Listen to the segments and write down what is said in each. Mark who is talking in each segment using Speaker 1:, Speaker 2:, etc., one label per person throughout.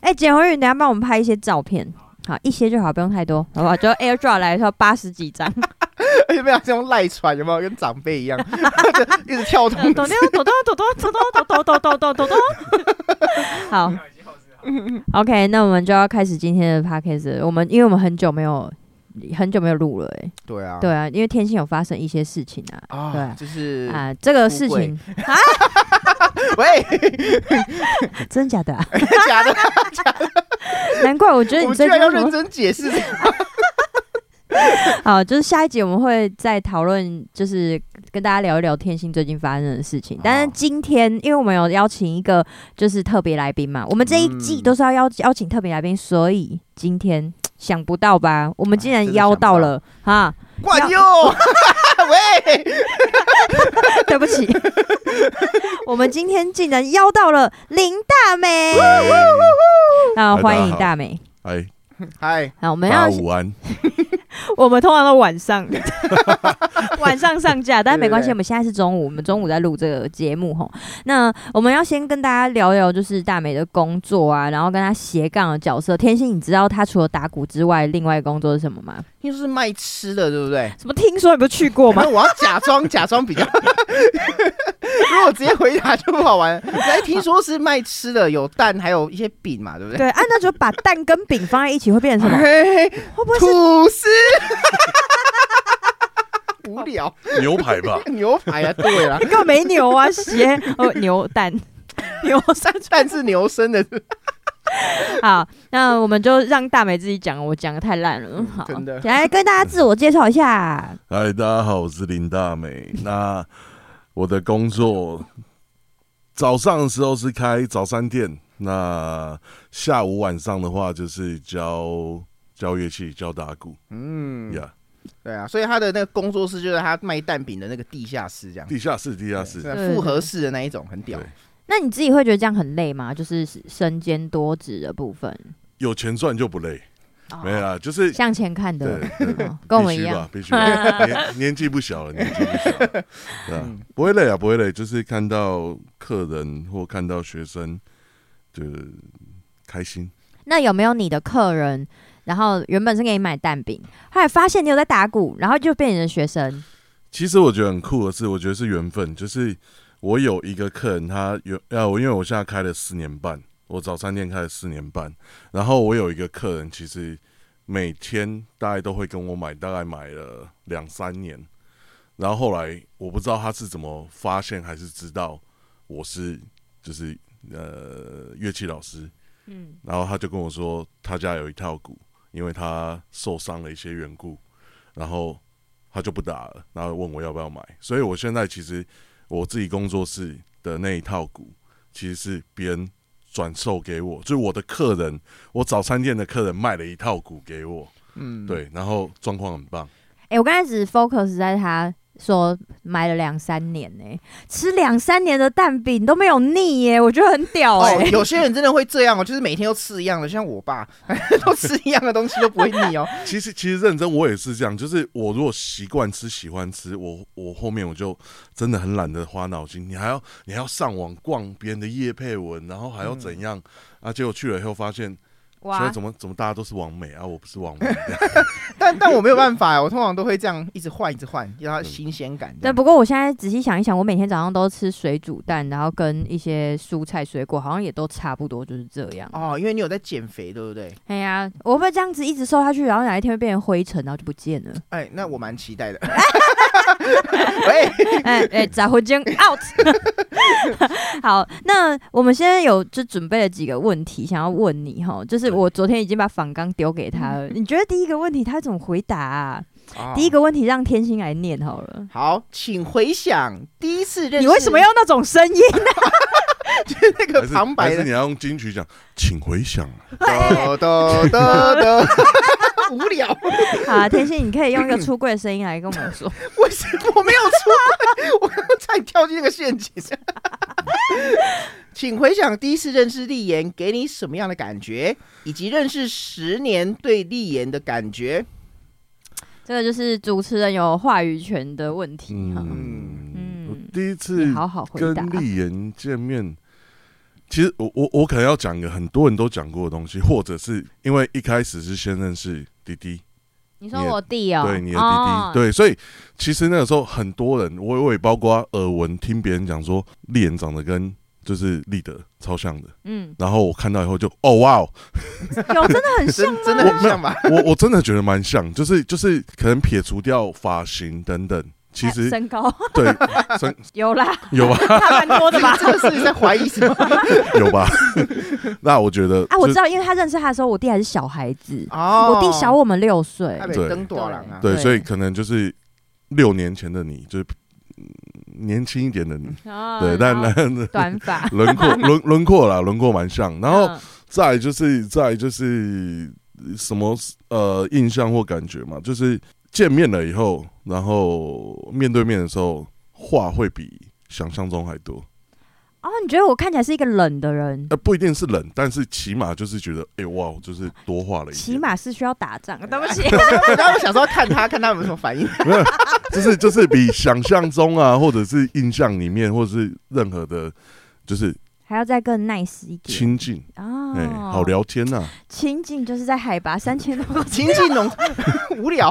Speaker 1: 哎、简宏宇，你要帮我们拍一些照片，好一些就好，不用太多，好不好？就 AirDrop 来的时候八十几张，
Speaker 2: 而且被他这样赖传，有没有跟长辈一样， 就一直跳
Speaker 1: 抖
Speaker 2: 动
Speaker 3: 呃
Speaker 1: 抖抖抖抖抖抖抖抖抖抖抖抖。好，OK，那 我们就要开始今天的 podcast 了。我们因为我们很久没有很久没有录了、哎，
Speaker 2: 对啊，
Speaker 1: 对啊，因为天性有发生一些事情啊。
Speaker 2: 啊，
Speaker 1: 对
Speaker 2: 就是
Speaker 1: 啊，这个事
Speaker 2: 出柜
Speaker 1: 情
Speaker 2: 喂，
Speaker 1: 真假的、啊？
Speaker 2: 假的，
Speaker 1: 难怪我觉得
Speaker 2: 我
Speaker 1: 你
Speaker 2: 们居
Speaker 1: 最
Speaker 2: 然
Speaker 1: 近
Speaker 2: 要
Speaker 1: 为什
Speaker 2: 认
Speaker 1: 么
Speaker 2: 真解释这个，
Speaker 1: 好，就是下一集我们会再讨论，就是跟大家聊一聊天星最近发生的事情。但是
Speaker 2: 好
Speaker 1: 今天，因为我们有邀请一个就是特别来宾嘛，我们这一季
Speaker 2: 嗯
Speaker 1: 都是要邀邀请特别来宾，所以今天想不到吧？我们竟
Speaker 2: 哎
Speaker 1: 然
Speaker 2: 真的
Speaker 1: 邀
Speaker 2: 想不
Speaker 1: 到
Speaker 2: 到
Speaker 1: 了哈，
Speaker 2: 管用， 喂，
Speaker 1: 对不起， 我们今天竟然邀到了林大美，那
Speaker 3: 嗨
Speaker 1: 欢
Speaker 3: 大家
Speaker 1: 迎
Speaker 3: 好
Speaker 1: 大美。
Speaker 3: 哎，
Speaker 2: 嗨，
Speaker 1: 好，我们
Speaker 3: 大
Speaker 1: 要
Speaker 3: 家午安，
Speaker 1: 我们通常都晚上， 晚上上架，但是没关系，
Speaker 2: 对对对
Speaker 1: 我们现在是中午，我们中午在录这个节目吼。那我们要先跟大家聊聊，就是大美的工作啊，然后跟她斜杠的角色。天心，你知道她除了打鼓之外，另外一个工作是什么吗？
Speaker 2: 听说是卖吃的，对不对？
Speaker 1: 什么？听说你不是去过
Speaker 2: 我
Speaker 1: 吗？
Speaker 2: 们我要假装假装比较， 如果直接回答就不好玩。哎，听说是卖吃的，有蛋，还有一些饼嘛，对不 对？
Speaker 1: 对，按照就把蛋跟饼放在一起会变成什么？
Speaker 2: 嘿
Speaker 1: 会不会是
Speaker 2: 吐司， 无聊，，
Speaker 3: 牛排吧
Speaker 2: 牛排啊，对啦，
Speaker 1: 你根本没牛啊？鞋哦，牛蛋。 牛三
Speaker 2: 但是牛生的，
Speaker 1: 好，那我们就让大美自己讲，我讲的太烂了。好，
Speaker 2: 真的
Speaker 1: 来跟大家自我介绍一下。
Speaker 3: 嗨，大家好，我是林大美。那我的工作，早上的时候是开早餐店，那下午晚上的话就是教教乐器，教打鼓
Speaker 2: 嗯，
Speaker 3: 呀。
Speaker 2: 对啊，所以他的那个工作室就是他卖蛋饼的那个地下室，这样，
Speaker 3: 地下室，地下室，
Speaker 2: 对
Speaker 1: 对
Speaker 2: 复合式的那一种，很屌
Speaker 3: 对。
Speaker 1: 那你自己会觉得这样很累吗？就是身兼多职的部分，
Speaker 3: 有钱赚就不累，
Speaker 1: 哦
Speaker 3: 没有啦，就是
Speaker 1: 向前看的
Speaker 3: 对，
Speaker 1: 哦跟我们一
Speaker 3: 必须
Speaker 1: 样
Speaker 3: 吧，。必须 吧年年纪不小了，年纪不小了，对啊，不会累啊，不会累，就是看到客人或看到学生，就是开心。
Speaker 1: 那有没有你的客人，然后原本是给你买蛋饼，后来发现你有在打鼓，然后就变你的学生？
Speaker 3: 其实我觉得很酷的是，我觉得是缘分，就是我有一个客人，他有呃，我因为我现在开了四年半，我早餐店开了四年半，然后我有一个客人，其实每天大概都会跟我买，大概买了两三年，然后后来我不知道他是怎么发现还是知道我是就是呃乐器老师，
Speaker 1: 嗯，
Speaker 3: 然后他就跟我说，他家有一套鼓，因为他受伤了一些缘故，然后他就不打了，然后问我要不要买。所以我现在其实我自己工作室的那一套鼓，其实是别人转售给我，就是我的客人，我早餐店的客人卖了一套鼓给我，
Speaker 2: 嗯，
Speaker 3: 对，然后状况很棒。
Speaker 1: 哎、我刚才只 focus 在他说买了两三年呢、吃两三年的蛋饼都没有腻耶、我觉得很屌哎、
Speaker 2: 哦，有些人真的会这样哦， 就是每天都吃一样的，像我爸 都吃一样的东西都不会腻哦。
Speaker 3: 其实其实认真我也是这样，就是我如果习惯吃喜欢吃，我我后面我就真的很懒得花脑筋，你还要你还要上网逛别人的叶配文，然后还要怎样、啊？结果去了以后发现，现在
Speaker 1: 哇，
Speaker 3: 怎么怎么大家都是王美啊，我不是王美，这样
Speaker 2: 但但我没有办法，哦我通常都会这样一直换，一直换，要它新鲜感。
Speaker 1: 对，不过我现在仔细想一想，我每天早上都吃水煮蛋，然后跟一些蔬菜水果，好像也都差不多就是这样。
Speaker 2: 哦，因为你有在减肥，对不对？
Speaker 1: 哎呀，我会不会这样子一直瘦下去，然后哪一天会变成灰尘，然后就不见了？
Speaker 2: 哎，那我蛮期待的。喂，
Speaker 1: 哎哎，杂活间 out。好， 那我们现在有就准备了几个问题想要问你哈，就是我昨天已经把仿纲丢给他了，你觉得第一个问题他怎么回答、啊？
Speaker 2: 哦
Speaker 1: 第一个问题让天心来念好了。
Speaker 2: 好，请回想第一次认识
Speaker 1: 你为什么要那种声音？
Speaker 2: 那
Speaker 3: 还
Speaker 2: 个
Speaker 3: 是
Speaker 2: 旁白
Speaker 3: 还是
Speaker 2: 的
Speaker 3: 你要用金曲奖，请回啊想，
Speaker 2: 哆哆哆哆， 无聊，
Speaker 1: 好啊，天心，你可以用一个出柜的声音来跟我们说。
Speaker 2: 为什么我没有出轨？我刚刚差点跳进那个陷阱。 请回想第一次认识丽妍给你什么样的感觉，以及认识十年对丽妍的感觉。
Speaker 1: 这个就是主持人有话语权的问题哈，
Speaker 3: 嗯
Speaker 1: 嗯
Speaker 3: 我第一
Speaker 1: 你
Speaker 3: 次
Speaker 1: 好好回
Speaker 3: 跟
Speaker 1: 答。
Speaker 3: 丽妍见面，其实我我我可能要讲一个很多人都讲过的东西，或者是因为一开始是先认识滴滴，
Speaker 1: 你说我弟哦，
Speaker 3: 对你的滴滴，
Speaker 1: 哦，
Speaker 3: 对，所以其实那个时候很多人，我我也包括耳闻听别人讲说，丽人长得跟就是立德超像的，
Speaker 1: 嗯，
Speaker 3: 然后我看到以后就哦哇哦，
Speaker 1: 有真的很像
Speaker 2: 真真的
Speaker 3: 我
Speaker 2: 很像吧？？
Speaker 3: 我我真的觉得蛮像， 就是就是可能撇除掉发型等等， 其 实
Speaker 1: 身高
Speaker 3: 对 真
Speaker 1: 有啦，
Speaker 3: 有吧
Speaker 1: 差蛮多的吧
Speaker 2: 这个是在怀疑什么
Speaker 3: 有吧， 那我觉得
Speaker 1: 啊，我知
Speaker 3: 就
Speaker 1: 道，因为他认识他的时候，我弟还是小孩子，
Speaker 2: 哦
Speaker 1: 我弟小我们六岁
Speaker 2: 台，北
Speaker 3: 对
Speaker 2: 灯多郎啊，
Speaker 3: 对，
Speaker 1: 对
Speaker 3: 所以可能就是六年前的你，就是嗯年轻一点的你，
Speaker 1: 对
Speaker 3: 对，但但
Speaker 1: 哦 短发，
Speaker 3: 轮廓轮轮廓啦，轮廓蛮像，然后。
Speaker 1: 嗯
Speaker 3: 再来就是再来就是呃什么呃印象或感觉嘛，就是见面了以后，然后面对面的时候，话会比想象中还多。
Speaker 1: 哦，你觉得我看起来是一个冷的人？
Speaker 3: 呃，不一定是冷，但是起码就是觉得，哎、哇，就是多话了一点。
Speaker 1: 起码是需要打仗，对不啊起，
Speaker 2: 然后我想说看他看他有没有什么反应，
Speaker 3: 没有，就是就是比想象中啊，或者是印象里面，或者是任何的，就是
Speaker 1: 还要再更 nice 一点
Speaker 3: 亲近，
Speaker 1: 哦
Speaker 3: 哎、好聊天呐、
Speaker 1: 亲近就是在海 拔三千多公尺，
Speaker 2: 情境浓 无聊。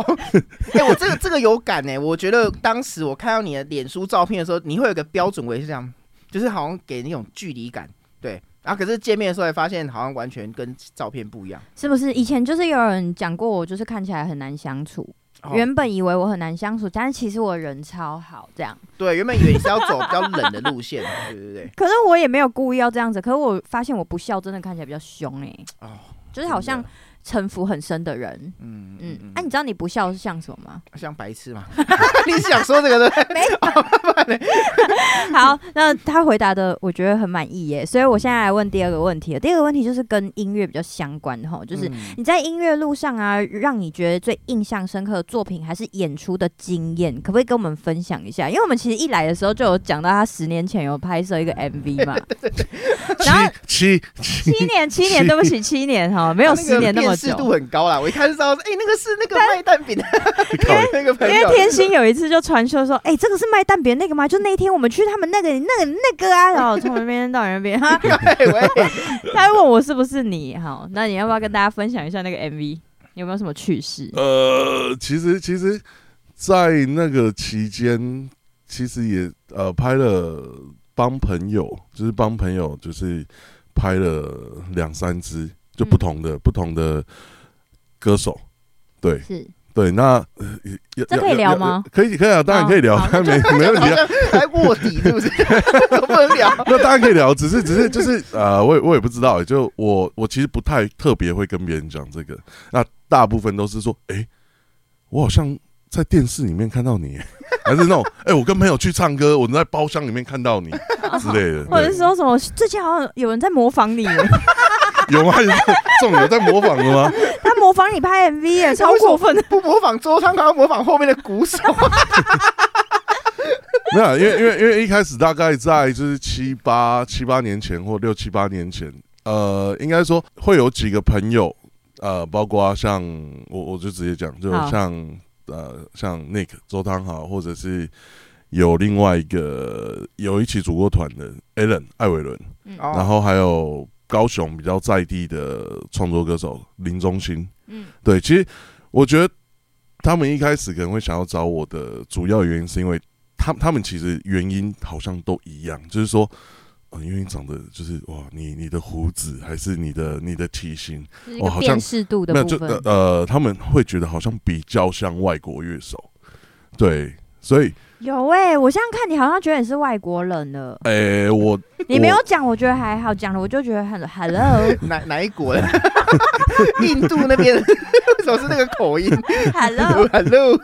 Speaker 2: 哎，我这个这个有感哎，我觉得当时我看到你的脸书照片的时候，你会有一个标准，我也是这样，就是好像给那种距离感，对。然后可是见面的时候才发现，好像完全跟照片不一样。
Speaker 1: 是不是？以前就是有人讲过我，就是看起来很难相处。
Speaker 2: 哦
Speaker 1: 原本以为我很难相处，但是其实我人超好，这样。
Speaker 2: 对，原本以为你是要走比较冷的路线， 对对对。
Speaker 1: 可是我也没有故意要这样子，可是我发现我不笑真的看起来比较凶哎、
Speaker 2: 哦，
Speaker 1: 就是好像
Speaker 2: 真的
Speaker 1: 城府很深的人。
Speaker 2: 嗯嗯
Speaker 1: 嗯，
Speaker 2: 嗯
Speaker 1: 哎、你知道你不笑是像什么吗？
Speaker 2: 像白痴嘛？ 你是想说这个对不对？
Speaker 1: 好，那他回答的我觉得很满意耶，所以我现在来问第二个问题了。第二个问题就是跟音乐比较相关哈， 就是
Speaker 2: 嗯
Speaker 1: 你在音乐路上啊，让你觉得最印象深刻的作品还是演出的经验，可不可以跟我们分享一下？因为我们其实一来的时候就有讲到他十年前有拍摄一个 MV 嘛，然后
Speaker 3: 七 七
Speaker 1: 七年，七年，对不 起，七年哈，没有
Speaker 2: 他
Speaker 1: 十
Speaker 2: 个
Speaker 1: 年那么
Speaker 2: 辨识度
Speaker 1: 久。
Speaker 2: 很高啦，我一看就知道说，哎、那个是那个卖蛋饼的那个 朋
Speaker 1: 因
Speaker 2: 友，
Speaker 1: 为天心有一次就传说说，哎、这个是卖蛋饼那个吗？就那一天我们去他们那个那个那个啊，然后从那边到那边， 他
Speaker 2: 对，喂，
Speaker 1: 他还问我是不是你，好，那你要不要跟大家分享一下那个 MV 有没有什么趣事？
Speaker 3: 呃，其实其实，在那个期间，其实也呃拍了帮朋友，就是帮朋友，就是拍了两三支，就
Speaker 1: 嗯
Speaker 3: 不同的、不同的歌手。对
Speaker 1: 是，
Speaker 3: 对，那、呃要
Speaker 1: 这可以
Speaker 3: 要
Speaker 1: 聊
Speaker 3: 要
Speaker 1: 吗
Speaker 3: 可以可以啊，当然可以聊，
Speaker 1: 好
Speaker 3: 没没问
Speaker 2: 好
Speaker 3: 题啊。
Speaker 2: 像还卧底是不是？ 怎么不能聊？
Speaker 3: 那当然可以聊，只是只是 就是呃，我也我也不知道，就我我其实不太特别会跟别人讲这个，那大部分都是说，诶，我好像在电视里面看到你， 还是那种，诶，我跟朋友去唱歌，我在包厢里面看到你之类的，
Speaker 1: 或者
Speaker 3: 对
Speaker 1: 是说什么最近好像有人在模 仿你，
Speaker 3: 有 吗？这种有在模仿的吗？
Speaker 1: 他模仿你拍 MV 耶，超过分的。
Speaker 2: 不模仿周汤，还要模仿后面的鼓手，
Speaker 3: 没有，因为因为因为一开始大概在就是七八七八年前或六七八年前，呃，应该说会有几个朋友，呃，包括像我我就直接讲，就
Speaker 1: 好
Speaker 3: 像呃像 Nick 周汤豪，或者是有另外一个有一起组过团的 Alan 艾伟伦，
Speaker 2: 哦
Speaker 3: 然后还有高雄比较在地的创作歌手林中兴，
Speaker 1: 嗯，
Speaker 3: 对，其实我觉得他们一开始可能会想要找我的主要原因，是因为他他们其实原因好像都一样，就是说，呃、因为你长得就是哇，你你的胡子还是你的你的体型，
Speaker 1: 就是一
Speaker 3: 哦
Speaker 1: 个
Speaker 3: 好像
Speaker 1: 辨识度的
Speaker 3: 没有
Speaker 1: 部
Speaker 3: 就
Speaker 1: 分。
Speaker 3: 呃呃，他们会觉得好像比较像外国乐手，对，所以
Speaker 1: 有哎、我现在看你好像觉得你是外国人了。
Speaker 3: 诶、我
Speaker 1: 你没有讲，我觉得还好；讲了，我就觉得很 hello
Speaker 2: 哪哪一国的？ 印度那边的， 为什么是那个口音
Speaker 1: hello。
Speaker 2: ？Hello，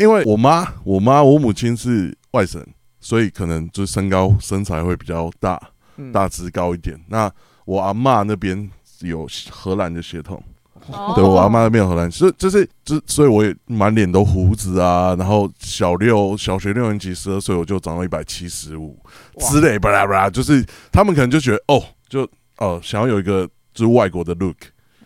Speaker 3: 因为我妈我妈我母亲是外省，所以可能就是身高身材会比较大，
Speaker 2: 嗯
Speaker 3: 大致高一点。那我阿嬷那边有荷兰的血统，
Speaker 1: 哦
Speaker 3: 对我阿嬷那边有荷兰，所以就是就是，所以我也满脸都胡子啊。然后小六小学六年级十二岁我就长到一百七十五
Speaker 2: 哇
Speaker 3: 之类，巴拉巴拉，就是他们可能就觉得哦，就哦、呃想要有一个就是外国的 look，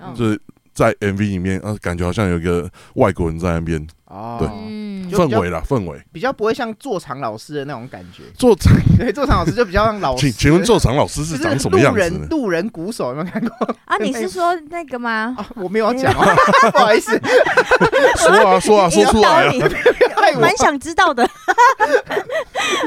Speaker 1: 嗯
Speaker 3: 就是在 MV 里面啊、呃感觉好像有一个外国人在那边。
Speaker 2: 哦
Speaker 3: 对
Speaker 1: 嗯，
Speaker 2: 就比较
Speaker 3: 氛围啦，氛围。
Speaker 2: 比较不会像做场老师的那种感觉。
Speaker 3: 做
Speaker 2: 对，做场老师就比较像老师。
Speaker 3: 请请问做场老师
Speaker 2: 就是是
Speaker 3: 长什么样
Speaker 2: 路
Speaker 3: 子
Speaker 2: 人
Speaker 3: 呢？
Speaker 2: 路人鼓手有没有看过？
Speaker 1: 啊，你是说那个 吗？
Speaker 2: 啊我没有要讲
Speaker 1: 哎
Speaker 2: 哦，不好意思，
Speaker 3: 说啊说啊说出来
Speaker 1: 引导
Speaker 3: 啊！
Speaker 1: 你
Speaker 2: 害我
Speaker 1: 蛮想知道的。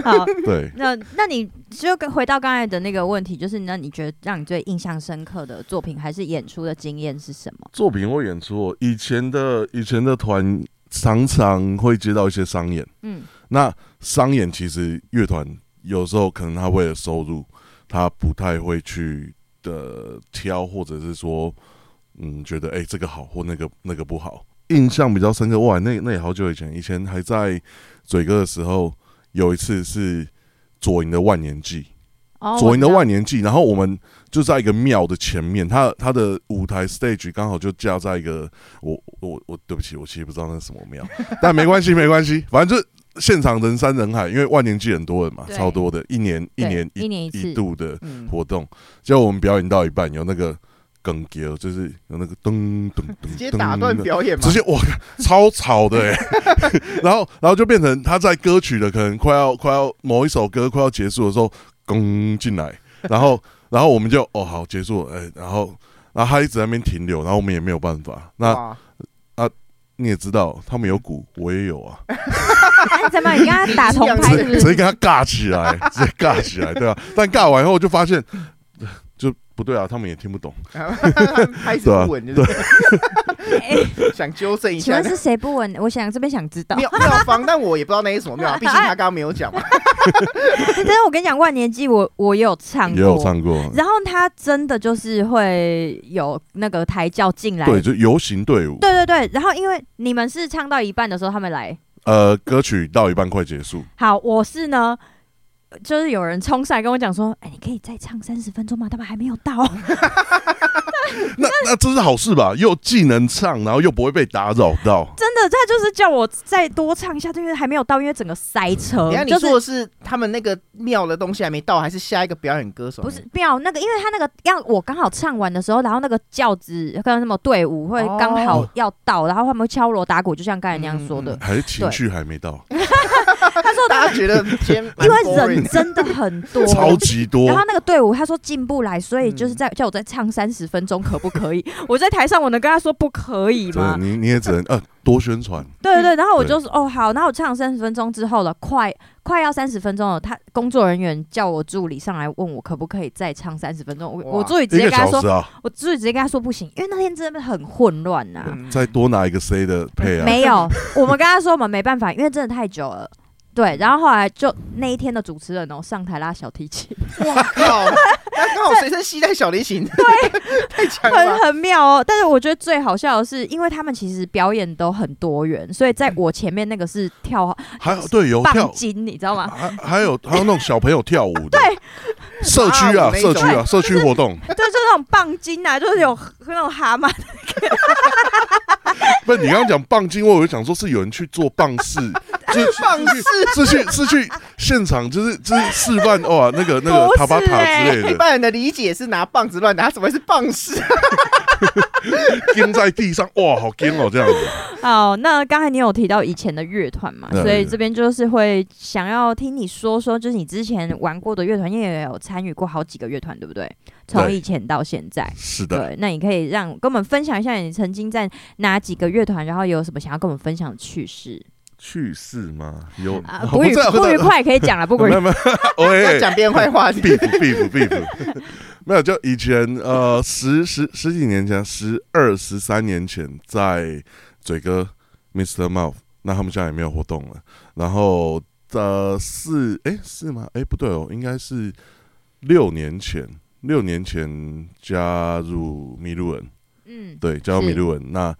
Speaker 1: 好，
Speaker 3: 对，
Speaker 1: 那那你就跟回到刚才的那个问题，就是那你觉得让你最印象深刻的作品还是演出的经验是什么？
Speaker 3: 作品或演出，以前的以前的团常常会接到一些商演，
Speaker 1: 嗯，
Speaker 3: 那商演其实乐团有时候可能他为了收入，他不太会去的挑，或者是说，嗯，觉得哎、这个好或那个那个不好。印象比较深刻，哇，那那也好久以前，以前还在嘴哥的时候，有一次是左营的万年祭，
Speaker 1: 哦
Speaker 3: 左营的
Speaker 1: 我知道
Speaker 3: 万年祭，然后我们就在一个庙的前面，它它的舞台 stage 刚好就架在一个我我我对不起，我其实不知道那是什么 庙，但没关系没关系，反正就现场人山人海，因为万年祭很多人嘛，
Speaker 1: 对
Speaker 3: 超多的，一年一
Speaker 1: 对
Speaker 3: 年
Speaker 1: 一
Speaker 3: 一
Speaker 1: 年一次
Speaker 3: 一度的
Speaker 2: 嗯，
Speaker 3: 活动，结果我们表演到一半有那个梗结，就是有那个噔噔噔，
Speaker 2: 直接打断
Speaker 3: 噔
Speaker 2: 表演嘛
Speaker 3: 直。接哇，超吵的哎、 然后然后就变成他在歌曲的可能快要快要某一首歌快要结束的时候，攻进来，然后然后我们就哦好结束了，哎、然后然后他一直在那边停留，然后我们也没有办法。那
Speaker 2: 哇
Speaker 3: 你也知道，他们有鼓，我也有啊，
Speaker 1: 哎怎么你跟他打 同拍是不
Speaker 3: 直接
Speaker 1: 是？
Speaker 3: 跟他尬起来，直接尬起来，对啊？但尬完后就发现就不对啊，他们也听不懂。
Speaker 2: 拍
Speaker 3: 啊
Speaker 2: 子不稳，就是 想纠正一
Speaker 1: 请
Speaker 2: 下
Speaker 1: 问。是谁不稳？我想这边想知道。
Speaker 2: 妙妙方，但我也不知道那是什么啊妙，毕竟他刚刚没有讲嘛。
Speaker 1: 但是我跟你讲，万年祭我我也有唱过，
Speaker 3: 也有唱过，
Speaker 1: 然后他真的就是会有那个抬轿进来，
Speaker 3: 对，就游行队伍，
Speaker 1: 对对对然后因为你们是唱到一半的时候他们来，
Speaker 3: 呃，歌曲到一半快结束，
Speaker 1: 好，我是呢。就是有人冲上来跟我讲说：“哎、你可以再唱三十分钟吗？他们还没有 到。
Speaker 3: 那那这是好事吧？又既能唱，然后又不会被打扰到”。
Speaker 1: 真的，他就是叫我再多唱一下，因为还没有到，因为整个塞车
Speaker 2: 等一下。你
Speaker 1: 就是
Speaker 2: 说的是他们那个妙的东西还没到，还是下一个表演歌手？
Speaker 1: 不是庙那个，因为他那个要我刚好唱完的时候，然后那个轿子跟什么队伍会刚好
Speaker 3: 哦
Speaker 1: 要到，然后他们敲锣打鼓，就像刚才那样说的。
Speaker 2: 嗯
Speaker 3: 还是情绪还没到，，
Speaker 1: 他说
Speaker 2: 大家觉得今天 蛮
Speaker 1: 因为
Speaker 2: 嗯 boring
Speaker 1: 人真的很多
Speaker 3: 超级多嗯
Speaker 1: 然。后那个队伍他说进不来，所以就是在叫我再唱三十分钟，可不可以？ 我在台上我能跟他说不可以
Speaker 3: 真的，
Speaker 1: 吗？
Speaker 3: 你你也只能呃多宣传，
Speaker 1: 对对对，然后我就说哦好，然后我唱三十分钟之后了，快快要三十分钟了，他工作人员叫我助理上来问我可不可以再唱三十分钟，我
Speaker 2: 哇
Speaker 1: 我助理直
Speaker 3: 一
Speaker 1: 接
Speaker 3: 个
Speaker 1: 跟他
Speaker 3: 小
Speaker 1: 说
Speaker 3: 时，啊，
Speaker 1: 我助理直接跟他说不行，因为那天真的很混乱呐、
Speaker 2: 嗯
Speaker 3: 再多拿一个 C 的配啊，
Speaker 1: 没 有，我们跟他说我们没办法，因为真的太久了。对，然后后来就那一天的主持人哦上台拉小提琴，
Speaker 2: 哇靠！他刚好随身携带小提琴，对， 太强了吧
Speaker 1: 很。很妙哦。但是我觉得最好笑的是，因为他们其实表演都很多元，所以在我前面那个是跳
Speaker 3: 还有对有
Speaker 1: 棒
Speaker 3: 哦跳，
Speaker 1: 筋，你知道 吗？
Speaker 3: 还还有还有那种小朋友跳舞的，对，社区
Speaker 2: 哇
Speaker 3: 啊
Speaker 2: 我没
Speaker 3: 社区啊社区活动，
Speaker 1: 对，就那种棒筋啊，就是有那种蛤蟆，
Speaker 3: 不是你刚刚讲棒精，我有想说是有人去做棒式，就是
Speaker 2: 棒式
Speaker 3: 是去是去现场就是就是示范哇那个那个
Speaker 1: 不是欸
Speaker 3: 塔巴塔之类
Speaker 2: 一
Speaker 3: 的，
Speaker 2: 般人的理解是拿棒子乱打，怎么会是棒式？
Speaker 3: 钉在地上哇好尖哦这样子。
Speaker 1: 好，那刚才你有提到以前的乐团嘛，
Speaker 3: 对
Speaker 1: 所以这边就是会想要听你说说，就是你之前玩过的乐团，因为也有参与过好几个乐团，对不对？从
Speaker 3: 对
Speaker 1: 以前到现在，
Speaker 3: 是
Speaker 1: 对，
Speaker 3: 的，
Speaker 1: 那你可以让跟我们分享一下你曾经在哪几个乐团，然后有什么想要跟我们分享的趣事
Speaker 3: 去世吗？有
Speaker 1: 啊？
Speaker 3: 我
Speaker 1: 不愉
Speaker 3: 知道
Speaker 1: 不愉快可以讲了， 不愉
Speaker 3: 没有没有，
Speaker 2: 要
Speaker 3: 喂，
Speaker 2: 讲别人坏话，
Speaker 3: 壁虎壁虎壁虎， 没有，就以前呃十十十几年前，十二十三年前，在嘴哥 Mr. Mouth，那他们现在也没有活动了。然后呃四哎是吗？哎不对哦，应该是六年前，六年前加入麋鹿人，
Speaker 1: 嗯，
Speaker 3: 对，加入
Speaker 1: 是
Speaker 3: 麋鹿人。那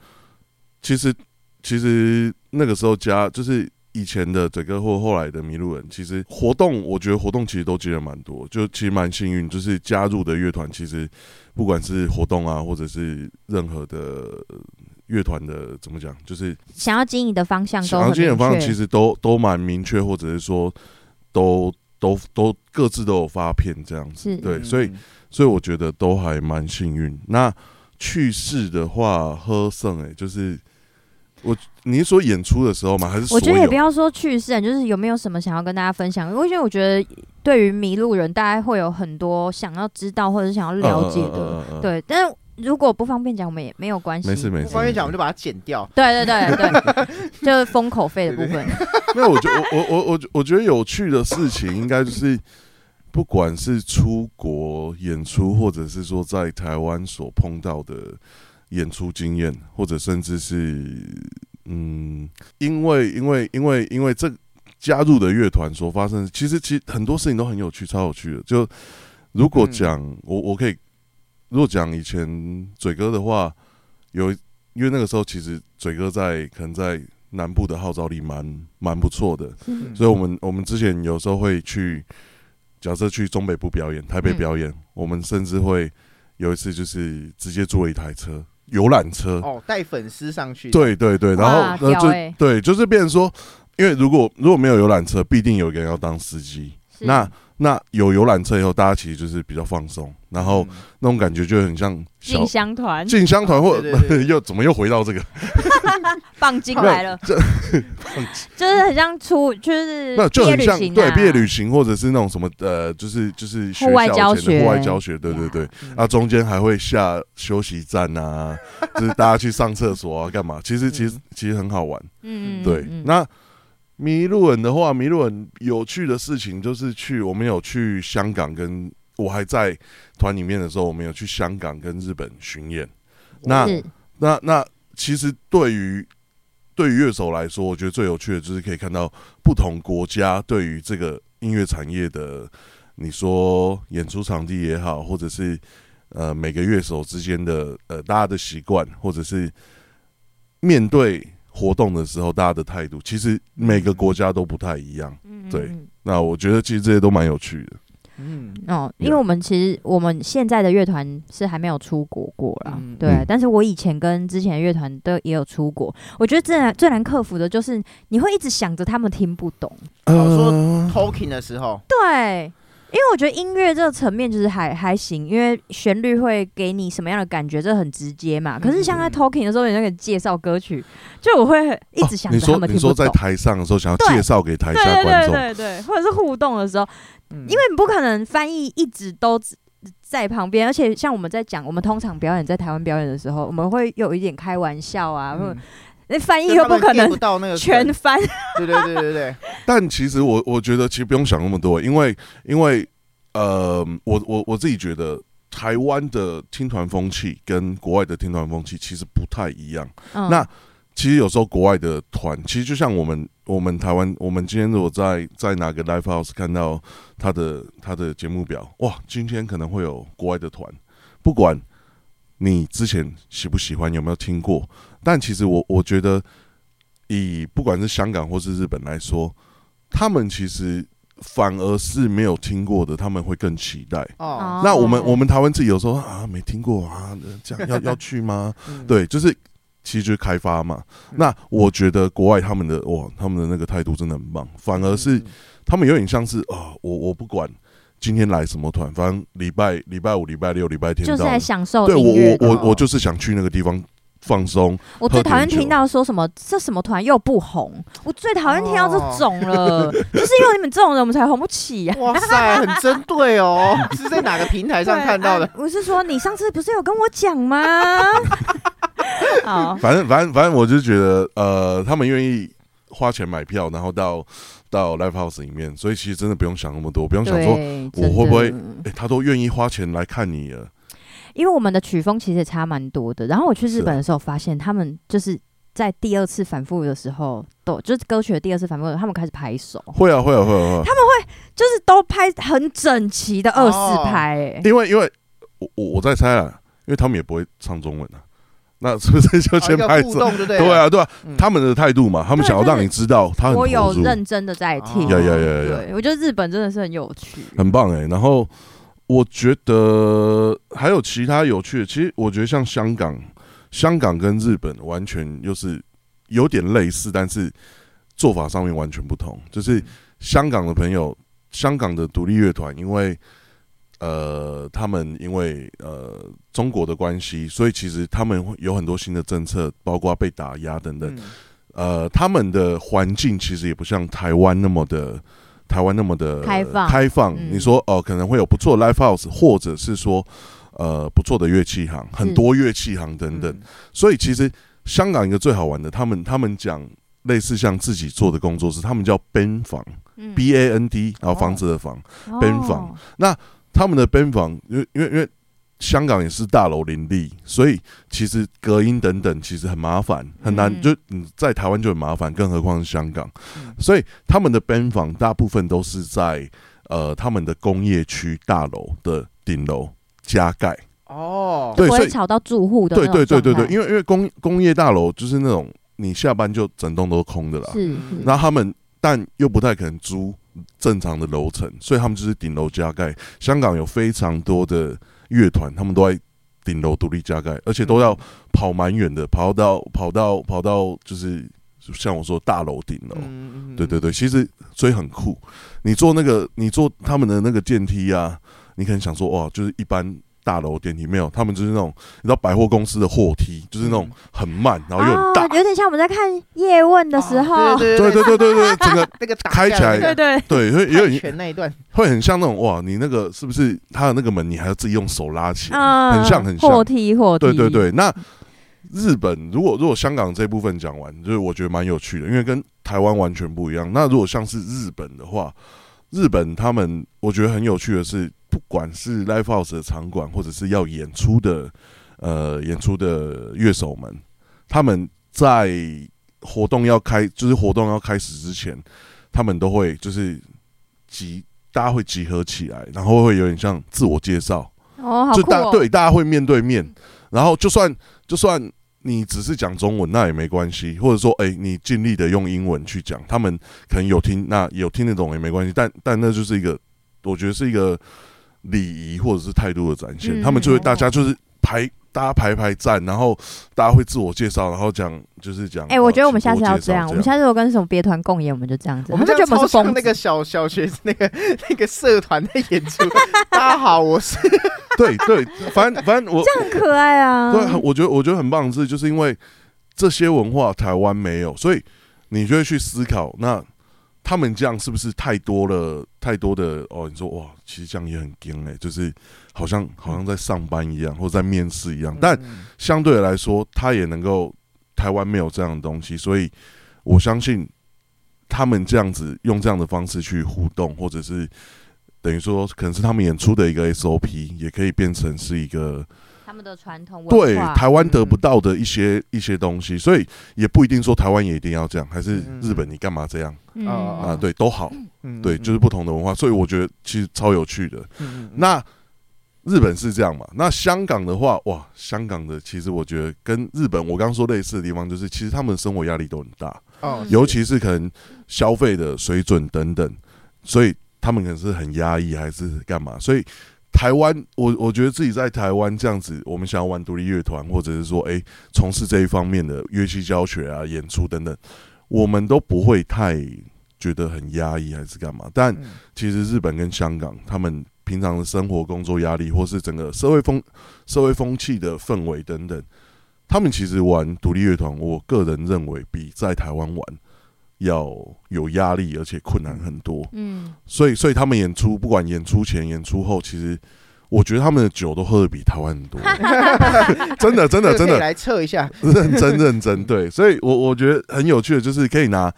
Speaker 3: 其实其实那个时候加就是以前的整个或后来的麋鹿人，其实活动我觉得活动其实都接了蛮多，就其实蛮幸运，就是加入的乐团其实不管是活动啊，或者是任何的呃乐团的怎么讲，就是
Speaker 1: 想要经营的方向都
Speaker 3: 想
Speaker 1: 很
Speaker 3: 要
Speaker 1: 明确。
Speaker 3: 经营方向其实都都蛮明确，或者是说都都都各自都有发片这样子。
Speaker 1: 是
Speaker 2: 嗯
Speaker 3: 对所以所以我觉得都欸还蛮幸运。那去世的话，喝剩哎、就是你是说演出的时候吗？还是所
Speaker 1: 我
Speaker 3: 有
Speaker 1: 觉得也不要说趣事，就是有没有什么想要跟大家分享？因为我觉得对于迷路人，大家会有很多想要知道或者是想要了解的，
Speaker 3: 嗯嗯嗯嗯嗯
Speaker 1: 对。但是如果不方便讲，我们也没有关系。
Speaker 3: 没事没
Speaker 2: 我
Speaker 3: 事。
Speaker 2: 关于讲，我就把它剪掉。
Speaker 1: 对对对对，就是封口费的部分。
Speaker 3: 没有，我觉我我我我我觉得有趣的事情应该就是，不管是出国演出，或者是说在台湾所碰到的演出经验，或者甚至是嗯，因为因为因为因为这加入的乐团所发生的，其实其实很多事情都很有趣，超有趣的。就如果讲、我我可以，如果讲以前嘴哥的话，有因为那个时候其实嘴哥在可能在南部的号召力蛮蛮不错的，
Speaker 2: 嗯
Speaker 3: 所以我们我们之前有时候会去，假设去中北部表演、台北
Speaker 1: 嗯
Speaker 3: 表演，我们甚至会有一次就是直接租了一台车游览车，
Speaker 2: 哦，带粉丝上去。，
Speaker 3: 对对对，然
Speaker 1: 哇
Speaker 3: 后那
Speaker 1: 屌
Speaker 3: 就、
Speaker 1: 欸
Speaker 3: 对，就是变成说，因为如果如果没有游览车，必定有一个人要当司机。
Speaker 1: 是
Speaker 3: 那那有游览车以后，大家其实就是比较放松，然后
Speaker 2: 嗯
Speaker 3: 那种感觉就很像小
Speaker 1: 进香团
Speaker 3: 进香团或
Speaker 2: 哦对对对
Speaker 3: 又怎么又回到这个？
Speaker 1: 棒金来了， 就是很像出就是
Speaker 3: 那就
Speaker 1: 毕业
Speaker 3: 很
Speaker 1: 旅
Speaker 3: 像
Speaker 1: 行啊
Speaker 3: 对毕业旅行，或者是那种什么呃，就是就是学
Speaker 1: 户外
Speaker 3: 校
Speaker 1: 教
Speaker 3: 前的户外
Speaker 1: 学
Speaker 3: 教学，对对对。
Speaker 2: 嗯
Speaker 3: 啊，中间还会下休息站啊， 就是大家去上厕所啊，干嘛？其实其实其实很好玩。
Speaker 1: 嗯，嗯
Speaker 3: 对
Speaker 1: 嗯，
Speaker 3: 那迷路人的话，迷路人有趣的事情就是去，我们有去香港跟。我还在团里面的时候，我们有去香港跟日本巡演。那
Speaker 1: 是嗯
Speaker 3: 那那其实对于对于乐手来说，我觉得最有趣的就是可以看到不同国家对于这个音乐产业的，你说演出场地也好，或者是呃每个乐手之间的呃大家的习惯，或者是面对活动的时候大家的态度，其实每个国家都不太一样。
Speaker 1: 嗯
Speaker 3: 对
Speaker 1: 嗯
Speaker 3: 那我觉得其实这些都蛮有趣的。
Speaker 2: 嗯，
Speaker 1: 嗯哦，因为我们其实我们现在的乐团是还没有出国过啦，
Speaker 2: 嗯
Speaker 1: 对、
Speaker 3: 嗯
Speaker 1: 但是我以前跟之前的乐团都也有出国，我觉得最难最难克服的就是你会一直想着他们听不懂，
Speaker 2: 好说
Speaker 3: 呃
Speaker 2: 嗯 talking 的时候，
Speaker 1: 对。因为我觉得音乐这个层面就是还还行，因为旋律会给你什么样的感觉，这很直接嘛。可是像在
Speaker 3: 嗯
Speaker 1: talking 的时候，你那个介绍歌曲，就我会一直想
Speaker 3: 哦你
Speaker 1: 着他
Speaker 3: 说
Speaker 1: 们
Speaker 3: 你
Speaker 1: 听
Speaker 3: 说
Speaker 1: 不
Speaker 3: 在
Speaker 1: 懂。
Speaker 3: 台上的时候，想要
Speaker 1: 对
Speaker 3: 介绍给台
Speaker 1: 对
Speaker 3: 下
Speaker 1: 对
Speaker 3: 观
Speaker 1: 对
Speaker 3: 众，
Speaker 1: 对对，或者是互动的时候，
Speaker 2: 因
Speaker 1: 因为你不可能翻译一直都只在旁边，而且像我们在讲，我们通常表演在台湾表演的时候，我们会有一点开玩笑啊，
Speaker 3: 嗯
Speaker 1: 或
Speaker 2: 嗯
Speaker 1: 者那翻译又不 可能
Speaker 2: 到那个
Speaker 1: 全翻，
Speaker 2: 对对对对对，
Speaker 3: 但其实我我觉得其实不用想那么多，因为因为呃，我我我自己觉得台湾的听团风气跟国外的听团风气其实不太一样。
Speaker 1: 嗯
Speaker 3: 那其实有时候国外的团，其实就像我们我们台湾，我们今天如果在在哪个 live house 看到他的他的节目表，哇，今天可能会有国外的团，不管你之前喜不喜欢，有没有听过，但其实我我觉得，以不管是香港或是日本来说，他们其实反而是没有听过的，他们会更期待。
Speaker 2: 哦，
Speaker 3: 那我们
Speaker 1: 哦
Speaker 3: 我们台湾自己有时候啊没听过啊，这样要要去吗？
Speaker 2: 嗯，
Speaker 3: 对，就是其实就是开发嘛。
Speaker 2: 嗯
Speaker 3: 那我觉得国外他们的哇，他们的那个态度真的很棒，反而是
Speaker 2: 嗯
Speaker 3: 他们有点像是啊、我我不管今天来什么团，反正礼拜礼拜五、礼拜六、礼拜天
Speaker 1: 就是
Speaker 3: 到
Speaker 1: 在
Speaker 3: 了，
Speaker 1: 享受
Speaker 3: 对我
Speaker 1: 音乐的。
Speaker 3: 我
Speaker 2: 的
Speaker 3: 我我就是想去那个地方放松。
Speaker 1: 我最讨厌听到说什么这什么团又不红，我最讨厌听到这种 了，就是因为你们这种人我们才红不起啊呀、
Speaker 2: 嗯哇塞，很针对哦，是在哪个平台上看到的
Speaker 1: 对？啊我是说，你上次不是有跟我讲吗？好，
Speaker 3: 反正反正反正，我就觉得呃，他们愿意花钱买票，然后到到 live house 里面，所以其实真的不用想那么多，不用想说，
Speaker 1: 对，
Speaker 3: 我会不会
Speaker 1: 真的
Speaker 3: 哎、他都愿意花钱来看你了。
Speaker 1: 因为我们的曲风其实也差蛮多的。然后我去日
Speaker 3: 是啊
Speaker 1: 本的时候，发现他们就是在第二次反复的时候，都就是歌曲的第二次反复的时候，他们开始拍手，
Speaker 3: 会啊会啊会啊会啊！
Speaker 1: 就是都拍很整齐
Speaker 3: 哦
Speaker 1: 的二四拍、欸
Speaker 3: 因为因为我我我在猜啊，因为他们也不会唱中文啊，那是不是就
Speaker 2: 哦一
Speaker 3: 先
Speaker 2: 个
Speaker 3: 拍
Speaker 2: 互
Speaker 3: 手？
Speaker 2: 动就对
Speaker 3: 对
Speaker 2: 了，
Speaker 3: 啊对啊，
Speaker 2: 嗯
Speaker 3: 他们的态度嘛，他们
Speaker 1: 对
Speaker 3: 想要
Speaker 1: 就是
Speaker 3: 让你知道他很
Speaker 1: 我有
Speaker 3: 投入，
Speaker 1: 认真的在听，
Speaker 2: 哦呀
Speaker 3: 呀呀呀呀
Speaker 1: 对，我觉得日本真的是很有趣。
Speaker 3: 很棒哎、然后我觉得还有其他有趣的，其实我觉得像香港、香港跟日本完全又是有点类似，但是做法上面完全不同。就是香港的朋友，香港的独立乐团，因为呃，他们因为呃中国的关系，所以其实他们会有很多新的政策，包括被打压等等。
Speaker 2: 嗯
Speaker 3: 呃，他们的环境其实也不像台湾那么的台湾那么的
Speaker 1: 开放
Speaker 3: 开放，
Speaker 1: 嗯
Speaker 3: 你说哦、可能会有不错的 live house，或者是说呃不错的乐器行，很多乐器行等等。
Speaker 2: 嗯
Speaker 3: 所以其实香港一个最好玩的，他们他们讲类似像自己做的工作室，他们叫 Ben 房
Speaker 1: 嗯
Speaker 3: ，B A N D，然后
Speaker 2: 哦
Speaker 3: 房子的房，
Speaker 1: 哦
Speaker 3: 边防他们的 Ben 房，因为因为因为香港也是大楼林立，所以其实隔音等等其实很麻烦，很难。
Speaker 1: 嗯
Speaker 3: 就你在台湾就很麻烦，更何况是香港。
Speaker 2: 嗯
Speaker 3: 所以他们的 Ben 房大部分都是在呃他们的工业区大楼的顶楼加盖。
Speaker 2: 哦，
Speaker 3: 对
Speaker 1: 不
Speaker 3: 所
Speaker 1: 会
Speaker 3: 以
Speaker 1: 吵到住户的那
Speaker 3: 对
Speaker 1: 种
Speaker 3: 对对对对，
Speaker 1: 状态
Speaker 3: 因为因为工工业大楼就是那种你下班就整栋都空的啦。
Speaker 1: 是是
Speaker 3: 那他们但又不太可能租正常的楼层，所以他们就是顶楼加盖。香港有非常多的乐团，他们都在顶楼独立加盖，而且都要跑蛮远的，跑到跑到跑到就是像我说大楼顶楼。
Speaker 2: 嗯，嗯
Speaker 3: 对对，对，其实所以很酷。你坐那个，你坐他们的那个电梯啊，你可能想说哇，就是一般大楼电梯没有，他们就是那种你知道百货公司的货梯，就是那
Speaker 2: 嗯
Speaker 3: 种很慢，然后又很大
Speaker 1: 啊，，有点像我们在看叶问的时候，
Speaker 2: 哦对
Speaker 3: 对
Speaker 2: 对
Speaker 3: 对对对对，整个
Speaker 2: 那个打
Speaker 3: 开
Speaker 2: 架
Speaker 3: 起
Speaker 2: 的
Speaker 3: 来
Speaker 2: 那个
Speaker 1: 对
Speaker 3: 对，所以也有
Speaker 2: 泰
Speaker 3: 点
Speaker 2: 拳那一段，
Speaker 3: 会很像那种哇，你那个是不是它的那个门，你还要自己用手拉起来？
Speaker 1: 嗯，
Speaker 3: 很像很像
Speaker 1: 货梯货梯，
Speaker 3: 对对，对，那日本如果如果香港这部分讲完，就是我觉得蛮有趣的，因为跟台湾完全不一样。那如果像是日本的话，日本他们我觉得很有趣的是，不管是 live house 的场馆，或者是要演出的呃演出的乐手们，他们在活动要开，就是活动要开始之前，他们都会就是集。大家会集合起来，然后会有点像自我介绍，
Speaker 1: 哦，好
Speaker 3: 就
Speaker 1: 酷
Speaker 3: 大
Speaker 1: 哦，
Speaker 3: 对大家会面对面，然后就算就算你只是讲中文，那也没关系，或者说哎、你尽力的用英文去讲，他们可能有听，那有听得懂也没关系，但但那就是一个，我觉得是一个礼仪或者是态度的展
Speaker 1: 嗯
Speaker 3: 现，他们就会
Speaker 1: 哦
Speaker 3: 大家就是排。大家排排站，然后大家会自我介绍，然后讲就是讲。
Speaker 1: 哎、
Speaker 3: 呃
Speaker 1: 我觉得我们
Speaker 3: 请
Speaker 1: 下次
Speaker 3: 多
Speaker 1: 要
Speaker 3: 介
Speaker 1: 这
Speaker 3: 绍
Speaker 1: 样，我们下次如果跟什么别团共演，我们就这样子，
Speaker 2: 我们
Speaker 1: 他们
Speaker 2: 这
Speaker 1: 就
Speaker 2: 样
Speaker 1: 觉得我
Speaker 2: 超
Speaker 1: 们是疯
Speaker 2: 像那
Speaker 1: 子，
Speaker 2: 个小小学那个那个社团的演出。大家好，我是
Speaker 3: 对对，反正反正我
Speaker 1: 很可爱啊，
Speaker 3: 对，很我觉得我觉得很棒的是，就是因为这些文化台湾没有，所以你就会去思考，那他们这样是不是太多了？太多的哦，你说哇，其实这样也很惊哎、就是好像好像在上班一样，或者在面试一样。
Speaker 2: 嗯
Speaker 3: 但相对来说，他也能够台湾没有这样的东西，所以我相信他们这样子用这样的方式去互动，或者是。等于说，可能是他们演出的一个 SOP，也可以变成是一个
Speaker 1: 他们的传统
Speaker 3: 对台湾得
Speaker 2: 嗯
Speaker 3: 不到的一些、一些东西，所以也不一定说台湾也一定要这样，还是
Speaker 2: 嗯
Speaker 3: 日本你干嘛这样、
Speaker 1: 嗯
Speaker 2: 啊
Speaker 3: 啊？对，都好，
Speaker 2: 嗯
Speaker 3: 对，就是不同的文化，所以我觉得其实超有趣的。
Speaker 2: 那
Speaker 3: 那日本是这样嘛？那香港的话，哇，香港的其实我觉得跟日本我刚刚说类似的地方，就是其实他们的生活压力都很大，
Speaker 2: 哦
Speaker 1: 嗯
Speaker 3: 尤其是可能消费的水准等等，所以他们可能是很压抑还是干嘛？所以台湾，我我觉得自己在台湾这样子，我们想要玩独立乐团，或者是说，诶哎从事这一方面的乐器教学啊、演出等等，我们都不会太觉得很压抑还是干嘛。但
Speaker 2: 嗯
Speaker 3: 其实日本跟香港，他们平常的生活、工作压力，或是整个社会风、社会风气的氛围等等，他们其实玩独立乐团，我个人认为比在台湾玩要有压力，而且困难很多。
Speaker 1: 嗯，
Speaker 3: 所以，所以他们演出，不管演出前、演出后，其实我觉得他们的酒都喝的比台湾很 多，真的，真
Speaker 2: 这
Speaker 3: 的，
Speaker 2: 个
Speaker 3: 真
Speaker 2: 可
Speaker 3: 的
Speaker 2: 以，来测一下，
Speaker 3: 认真认真，对，所以我我觉得很有趣的，就是可以拿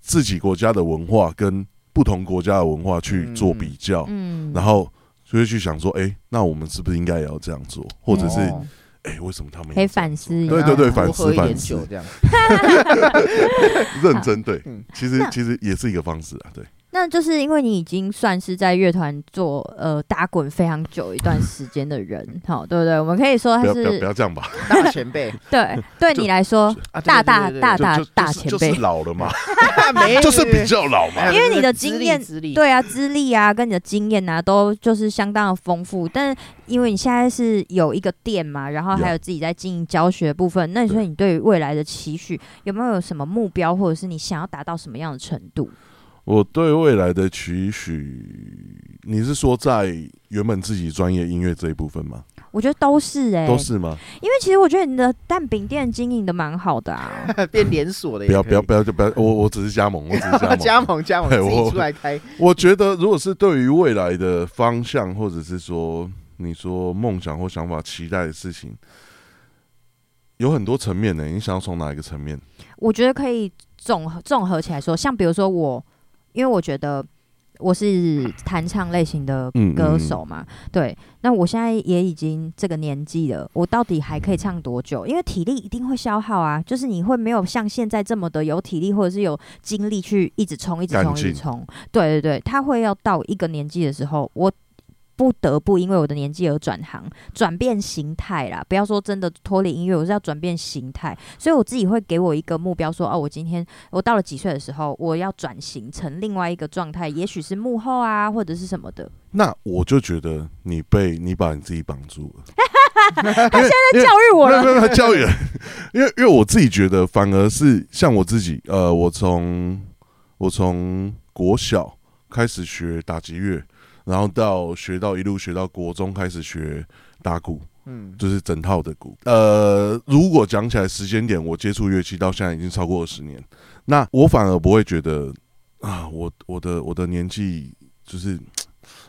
Speaker 3: 自己国家的文化跟不同国家的文化去做比较，
Speaker 1: 嗯，
Speaker 3: 然后就会去想说，哎、那我们是不是应该也要这样做，或者是哎、
Speaker 2: 哦
Speaker 3: 诶为什么他们
Speaker 1: 可以
Speaker 3: 也
Speaker 1: 反思一下，
Speaker 3: 对对对
Speaker 2: 然后
Speaker 3: 反思
Speaker 2: 多喝一点
Speaker 3: 反思
Speaker 2: 酒这样。
Speaker 3: 认真对
Speaker 2: 嗯？
Speaker 3: 其实
Speaker 1: 那
Speaker 3: 其实也是一个方式啊，对，
Speaker 1: 那就是因为你已经算是在乐团做呃打滚非常久一段时间的人，好，对不对？我们可以说
Speaker 3: 不
Speaker 1: 他
Speaker 3: 要不要不
Speaker 1: 是
Speaker 3: 要这样吧，
Speaker 2: 大前辈
Speaker 1: 对对你来说，
Speaker 2: 啊，对
Speaker 1: 大大
Speaker 2: 对对对
Speaker 1: 大
Speaker 3: 就
Speaker 1: 大
Speaker 3: 就
Speaker 1: 大
Speaker 3: 就是
Speaker 1: 前
Speaker 3: 就
Speaker 1: 辈哎
Speaker 3: 是老 了嘛，
Speaker 2: 对 没有
Speaker 3: 就是比较老嘛
Speaker 2: 没有，
Speaker 1: 因为
Speaker 2: 没有
Speaker 1: 你的
Speaker 2: 资历
Speaker 1: 经验
Speaker 2: 资历
Speaker 1: 对啊，资历啊，跟你的经验啊，都就是相当的丰富。但因为你现在是有一个店嘛，然后还
Speaker 3: Yeah
Speaker 1: 有自己在经营教学的部分，那你说你对于未来的期许有没有什么目标，或者是你想要达到什么样的程度？
Speaker 3: 我对未来的期许，你是说在原本自己专业音乐这一部分吗？
Speaker 1: 我觉得都是哎、
Speaker 3: 都是吗？
Speaker 1: 因为其实我觉得你的蛋饼店经营的蛮好的 啊，
Speaker 2: 变连锁的也
Speaker 3: 不
Speaker 2: 可
Speaker 3: 要不要
Speaker 2: 以
Speaker 3: 不要就不要，我我只是加盟，我只是
Speaker 2: 加
Speaker 3: 加盟。
Speaker 2: 盟 加盟
Speaker 3: 对
Speaker 2: 自
Speaker 3: 我
Speaker 2: 己出来开，
Speaker 3: 我觉得如果是对于未来的方向，或者是说你说梦想或想法、期待的事情，有很多层面呢、你想要从哪一个层面？
Speaker 1: 我觉得可以综合综合起来说，像比如说我，因为我觉得我是弹唱类型的
Speaker 3: 嗯
Speaker 1: 歌手嘛，对，那我现在也已经这个年纪了，我到底还可
Speaker 3: 嗯
Speaker 1: 以唱多久？因为体力一定会消耗啊，就是你会没有像现在这么的有体力或者是有精力去一直冲、一直冲、
Speaker 3: 干
Speaker 1: 一
Speaker 3: 劲
Speaker 1: 直冲。对对对，他会要到一个年纪的时候，我。不得不因为我的年纪而转行，转变形态啦。不要说真的脱离音乐，我是要转变形态，所以我自己会给我一个目标说哦，我今天我到了几岁的时候，我要转型成另外一个状态，也许是幕后啊，或者是什么的。
Speaker 3: 那我就觉得你被你把你自己绑住了，
Speaker 1: 教育我
Speaker 3: 没有
Speaker 1: 了，
Speaker 3: 没有没有教育了，因为因为我自己觉得反而是像我自己，呃，我从我从国小开始学打击乐，然后到学到一路学到国中开始学打鼓，
Speaker 2: 嗯，
Speaker 3: 就是整套的鼓。呃，如果讲起来时间点，我接触乐器到现在已经超过二十年，那我反而不会觉得啊，我我的我的年纪就是。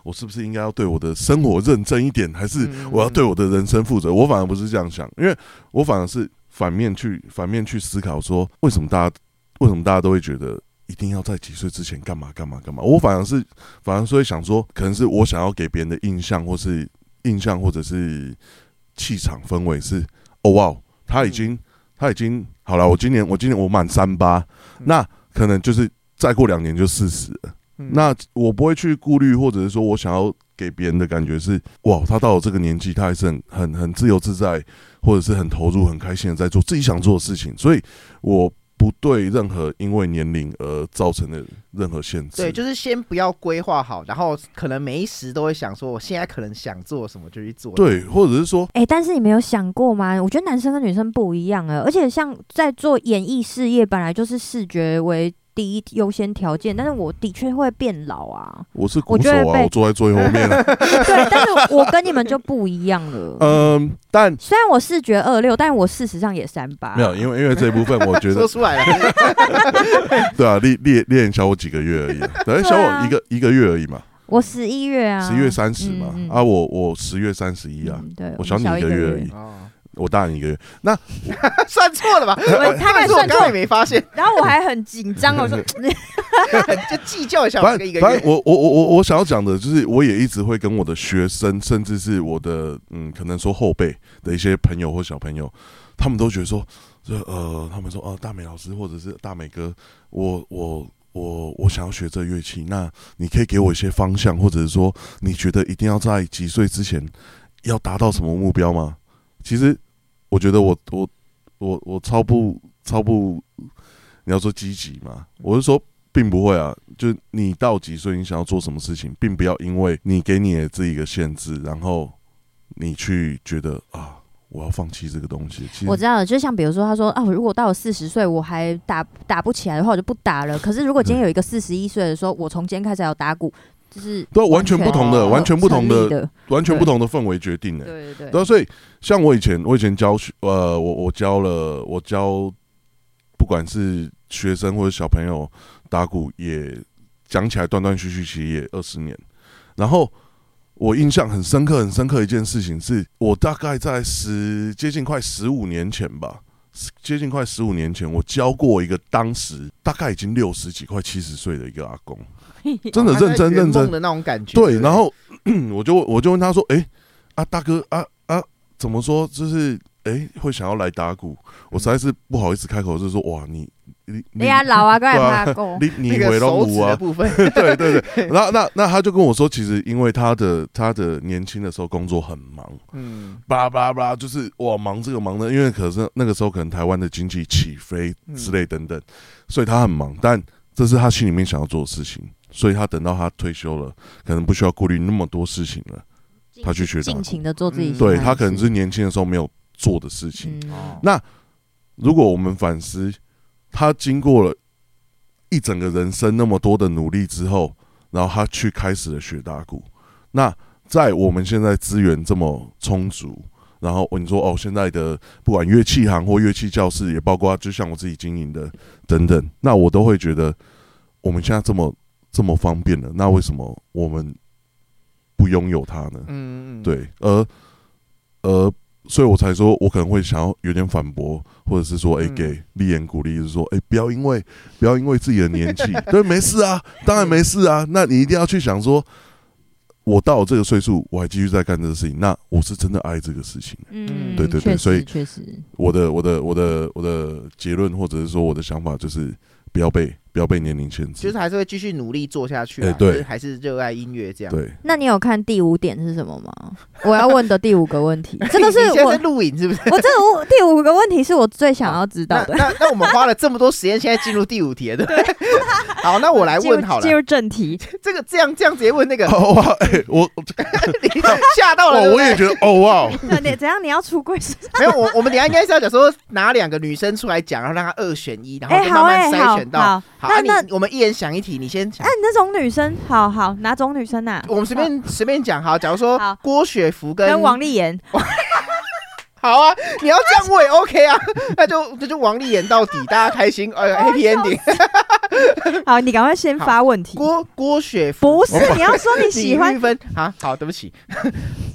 Speaker 3: 我是不是应该要对我的生活认真一点，还是
Speaker 2: 嗯
Speaker 3: 我要对我的人生负责？我反而不是这样想，因为我反而是反面去反面去思考说，为什么大家为什么大家都会觉得一定要在几岁之前干嘛干嘛干嘛？我反而是反而是会想说，可能是我想要给别人的印象，或是印象，或者是气场氛围是，哦哇哦，他已经、他已经好了。我今年我今年我满三八，
Speaker 2: 嗯
Speaker 3: 那可能就是再过两年就四十了。
Speaker 2: 嗯
Speaker 3: 那我不会去顾虑，或者是说我想要给别人的感觉是，哇，他到了这个年纪，他还是很很很自由自在，或者是很投入、很开心的在做自己想做的事情，所以我不对任何因为年龄而造成的任何限制。
Speaker 2: 对，就是先不要规划好，然后可能每一时都会想说，我现在可能想做什么就去做。，
Speaker 3: 对，或者是说，，
Speaker 1: 哎、但是你没有想过吗？我觉得男生跟女生不一样啊，而且像在做演艺事业，本来就是视觉为第一优先条件，但是我的确会变老啊
Speaker 3: 我是鼓
Speaker 1: 我觉
Speaker 3: 手
Speaker 1: 得
Speaker 3: 啊，
Speaker 1: 被
Speaker 3: 我坐在最后面、啊。
Speaker 1: 对，但是我跟你们就不一样 了。
Speaker 3: 嗯，但
Speaker 1: 虽然我视觉二六，但我事实上也三八。
Speaker 3: 没有，因为因为这一部分，我觉
Speaker 2: 说
Speaker 3: 得
Speaker 2: 出来 了，
Speaker 3: 对啊，练练练小我几个月而已、啊，等于小
Speaker 1: 对啊
Speaker 3: 我一个一个月而已嘛，
Speaker 1: 我十一月啊，
Speaker 3: 十一月三十嘛
Speaker 1: 嗯嗯，
Speaker 3: 啊，我我十月三十一啊，
Speaker 1: 嗯对，
Speaker 3: 我小你一个月而已。
Speaker 2: 哦，
Speaker 3: 我大你一个月，
Speaker 2: 算错了吧？
Speaker 1: 我他
Speaker 2: 但
Speaker 1: 敢
Speaker 2: 是我
Speaker 1: 算
Speaker 2: 刚刚也
Speaker 1: 错，
Speaker 2: 没发现，
Speaker 1: 然后我还很紧张，我说
Speaker 2: 就计较一下
Speaker 3: 反
Speaker 2: 我这个
Speaker 3: 正
Speaker 2: 一个
Speaker 3: 反正
Speaker 2: 月。
Speaker 3: 我我我我我想要讲的就是，我也一直会跟我的学生，甚至是我的嗯，可能说后辈的一些朋友或小朋友，他们都觉得说，就呃，他们说哦、大美老师或者是大美哥，我我。我我想要学这乐器，那你可以给我一些方向，或者是说你觉得一定要在几岁之前要达到什么目标吗？其实我觉得我我我我超不超不，你要说积极嘛，我是说并不会啊，就你到几岁，你想要做什么事情，并不要因为你给你的这一个限制，然后你去觉得啊，我要放弃这个东西。其
Speaker 1: 我
Speaker 3: 实
Speaker 1: 知道了，就像比如说，他说啊，如果到了四十岁我还打打不起来的话，我就不打了。可是如果今天有一个四十一岁的说，我从今天开始要打鼓，就是
Speaker 3: 对啊完全不同的，
Speaker 2: 哦
Speaker 3: 完全不
Speaker 1: 成
Speaker 3: 同
Speaker 1: 立
Speaker 3: 的，
Speaker 1: 的，
Speaker 3: 完全不同的氛围决定的。
Speaker 1: 对对
Speaker 3: 对啊，所以像我以前，我以前教学，呃，我我教了，我教不管是学生或者小朋友打鼓，也讲起来断断续续，其实也二十年。然后我印象很深刻、很深刻一件事情是，我大概在十接近快十五年前吧，十接近快十五年前，我教过一个当时大概已经六十几、快七十岁的一个阿 公，
Speaker 1: 对，
Speaker 3: 真的认真
Speaker 2: 哦圆
Speaker 3: 认真
Speaker 2: 梦的那种感觉。
Speaker 3: 对，然后 我就我就问他说：“诶，啊大哥啊啊，怎么说？就是诶，会想要来打鼓？我实在是不好意思开口，就是说哇，你你
Speaker 1: 人
Speaker 3: 你
Speaker 1: 家老啊，刚才怕过，
Speaker 3: 你你
Speaker 2: 那个
Speaker 3: 回龙
Speaker 2: 手
Speaker 3: 舞
Speaker 2: 指的
Speaker 3: 啊？
Speaker 2: 部分，
Speaker 3: 对对 对。然后那那他就跟我说，其实因为他的他的年轻的时候工作很忙，
Speaker 2: 嗯，
Speaker 3: 叭叭叭，就是哇忙这个忙那，因为可是那个时候可能台湾的经济起飞之类等等，所以他很忙，但这是他心里面想要做的事情，所以他等到他退休了，可能不需要顾虑那么多事情了，他去学打
Speaker 1: 尽
Speaker 3: 鼓
Speaker 1: 情的做自己喜欢的
Speaker 3: 对
Speaker 1: 事，
Speaker 3: 他可能是年轻的时候没有做的事情。
Speaker 1: 嗯
Speaker 2: 哦
Speaker 3: 如果我们反思，他经过了一一整个人生那么多的努力之后，然后他去开始了学打鼓。那在我们现在资源这么充足，然后你说哦，现在的不管乐器行或乐器教室，也包括就像我自己经营的等等，那我都会觉得我们现在这么这么方便了，那为什么我们不拥有它呢？
Speaker 2: 嗯，嗯，
Speaker 3: 对，而而所以我才说，我可能会想要有点反驳，或者是说，哎、
Speaker 2: 嗯
Speaker 3: 给立言鼓励，就是说，哎、不要因为不要因为自己的年纪，对，没事啊，当然没事啊，那你一定要去想说，我到我这个岁数，我还继续在干这个事情，那我是真的爱这个事情。
Speaker 1: 嗯，
Speaker 2: 对
Speaker 3: 对对
Speaker 1: 确实
Speaker 3: 所以
Speaker 1: 确实，
Speaker 3: 我的我的我的我的结论，或者是说我的想法，就是不要被不要被年龄限
Speaker 2: 就
Speaker 3: 制
Speaker 2: 是。还是会继续努力做下去啊、
Speaker 3: 哎对
Speaker 2: 就是还是热爱音 乐这样。
Speaker 3: 对，
Speaker 1: 那你有看第五点是什么吗？我要问的第五个问题，这
Speaker 2: 你
Speaker 1: 个是
Speaker 2: 你现
Speaker 1: 我
Speaker 2: 在在录 影是不是？
Speaker 1: 我这个我第五个问题是我最想要知道
Speaker 2: 那
Speaker 1: 的。
Speaker 2: 那那我们花了这么多时间，现在进入第五题了。对， 好，那我来
Speaker 1: 进入
Speaker 2: 问好
Speaker 1: 进
Speaker 2: 了，
Speaker 1: 入正题，
Speaker 2: 这个这样这样直接问那个，
Speaker 3: 哦哇，哎、我
Speaker 2: 你 吓到
Speaker 3: 哇
Speaker 2: 了，对，不
Speaker 3: 我也
Speaker 2: 对
Speaker 3: 觉得，哦哇，
Speaker 1: 对，你怎样？你要出柜是不是？
Speaker 2: 没有我我们等一下应该是要讲说拿两个女生出来讲，然后让她二选一，然后
Speaker 1: 哎，
Speaker 2: 就
Speaker 1: 好
Speaker 2: 慢慢
Speaker 1: 哎，
Speaker 2: 筛
Speaker 1: 好
Speaker 2: 选到。
Speaker 1: 好，
Speaker 2: 好，
Speaker 1: 那
Speaker 2: 啊
Speaker 1: 那嗯
Speaker 2: 你我们一人想一题，你先想
Speaker 1: 哎那。你那种女生，好好哪种女生啊？
Speaker 2: 我们随便随便讲好，假如说
Speaker 1: 好
Speaker 2: 郭雪芙跟
Speaker 1: 跟王丽妍，
Speaker 2: 好啊，你要这样我也 OK 啊， 那就那就王丽演到底，大家开心，呃，Happy Ending。
Speaker 1: 好，你赶快先发问题。
Speaker 2: 郭郭雪芙
Speaker 1: 不是，你要说你喜欢
Speaker 2: 李玉芬啊，好，对不起，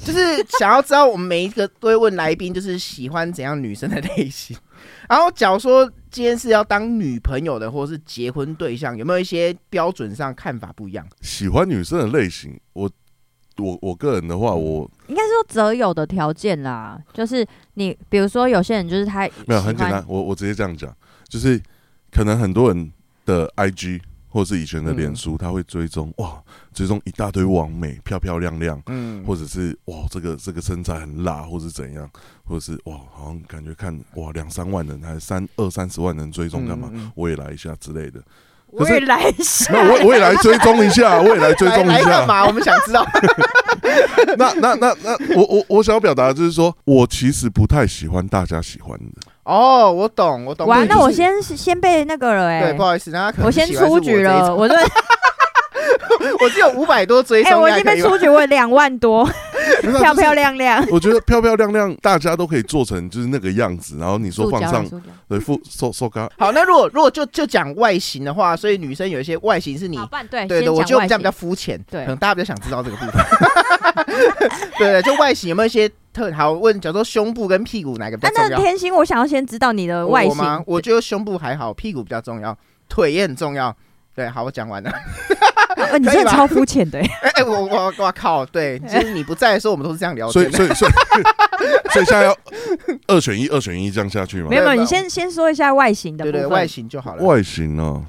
Speaker 2: 就是想要知道我们每一个都会问来宾，就是喜欢怎样女生的类型。 然后，假如说今天是要当女朋友的，或是结婚对象，有没有一些标准上看法不一样？
Speaker 3: 喜欢女生的类型，我我我个人的话，我
Speaker 1: 应该说择友的条件啦，就是你，比如说有些人就是他
Speaker 3: 没有
Speaker 1: 喜
Speaker 3: 很简
Speaker 1: 欢
Speaker 3: 单，我我直接这样讲，就是可能很多人的 IG 或是以前
Speaker 2: 嗯
Speaker 3: 的脸书，他会追踪哇，追踪一大堆网美，漂漂亮亮，
Speaker 2: 嗯，
Speaker 3: 或者是哇这个这个身材很辣，或是怎样，或者是哇好像感觉看哇两三万人还是三二三十万人追踪干嘛，
Speaker 2: 嗯嗯嗯
Speaker 3: 我也来一下之 类的。
Speaker 1: 我
Speaker 3: 可
Speaker 1: 也
Speaker 3: 是
Speaker 1: 来一下，
Speaker 3: 那我我也来追踪一下，我也来追
Speaker 2: 来
Speaker 3: 踪一
Speaker 2: 来
Speaker 3: 下
Speaker 2: 干。嘛？我们想 知道。
Speaker 3: 那那那那，我我我想要表达的就是说，我其实不太喜欢大家喜欢的。
Speaker 2: 哦，我懂，我懂。
Speaker 1: 哇，
Speaker 2: 就是
Speaker 1: 啊那我先先被那个了
Speaker 2: 对，
Speaker 1: 哎
Speaker 2: 不，好意思，那他可能
Speaker 1: 我先
Speaker 2: 喜欢是
Speaker 1: 出
Speaker 2: 我
Speaker 1: 局
Speaker 2: 这一
Speaker 1: 了，
Speaker 2: 种，
Speaker 1: 我这
Speaker 2: 我只有五百多追
Speaker 1: 哎，
Speaker 2: 踪，
Speaker 1: 我已
Speaker 2: 大
Speaker 1: 经
Speaker 2: 家可
Speaker 1: 被
Speaker 2: 以吧
Speaker 1: 出局，我两万 多，
Speaker 3: 不是啊
Speaker 1: 漂
Speaker 3: 就是
Speaker 1: 漂亮亮。
Speaker 3: 我觉得漂漂亮亮，大家都可以做成就是那个样子，然后你说放上对副瘦瘦嘎，
Speaker 2: 好，那如果如果就就讲外形的话，所以女生有一些外形是你
Speaker 1: 好办对，
Speaker 2: 对
Speaker 1: 哎先
Speaker 2: 的，我
Speaker 1: 讲
Speaker 2: 觉得我
Speaker 1: 外
Speaker 2: 们这
Speaker 1: 形
Speaker 2: 样比较肤浅，
Speaker 1: 对
Speaker 2: 可能大家比较想知道这个部分。 对对，就外形有没有一些特好？问，假如说胸部跟屁股哪个比
Speaker 1: 啊
Speaker 2: 较，重
Speaker 1: 那
Speaker 2: 要？
Speaker 1: 天心，我想要先知道你的
Speaker 2: 我
Speaker 1: 外
Speaker 2: 我吗
Speaker 1: 形？。
Speaker 2: 我觉得胸部还好，屁股比较重要，腿也很重要。对，好，我讲完了。
Speaker 1: 呃，你
Speaker 2: 可以
Speaker 1: 真的
Speaker 2: 吧
Speaker 1: 超肤浅的欸，
Speaker 2: 哎、哎我我我靠，对，就是你不在的时候，我们都是这样聊
Speaker 3: 所
Speaker 2: 天
Speaker 3: 以
Speaker 2: 的。
Speaker 3: 所以所以 所以现在要二选一，二选一这样下去吗
Speaker 1: 没？有没
Speaker 2: 对
Speaker 1: 有，
Speaker 2: 吧
Speaker 1: 你先先说一下外形的
Speaker 2: 对
Speaker 1: 部
Speaker 2: 对，
Speaker 1: 分。
Speaker 2: 外形就好了。
Speaker 3: 外形哦，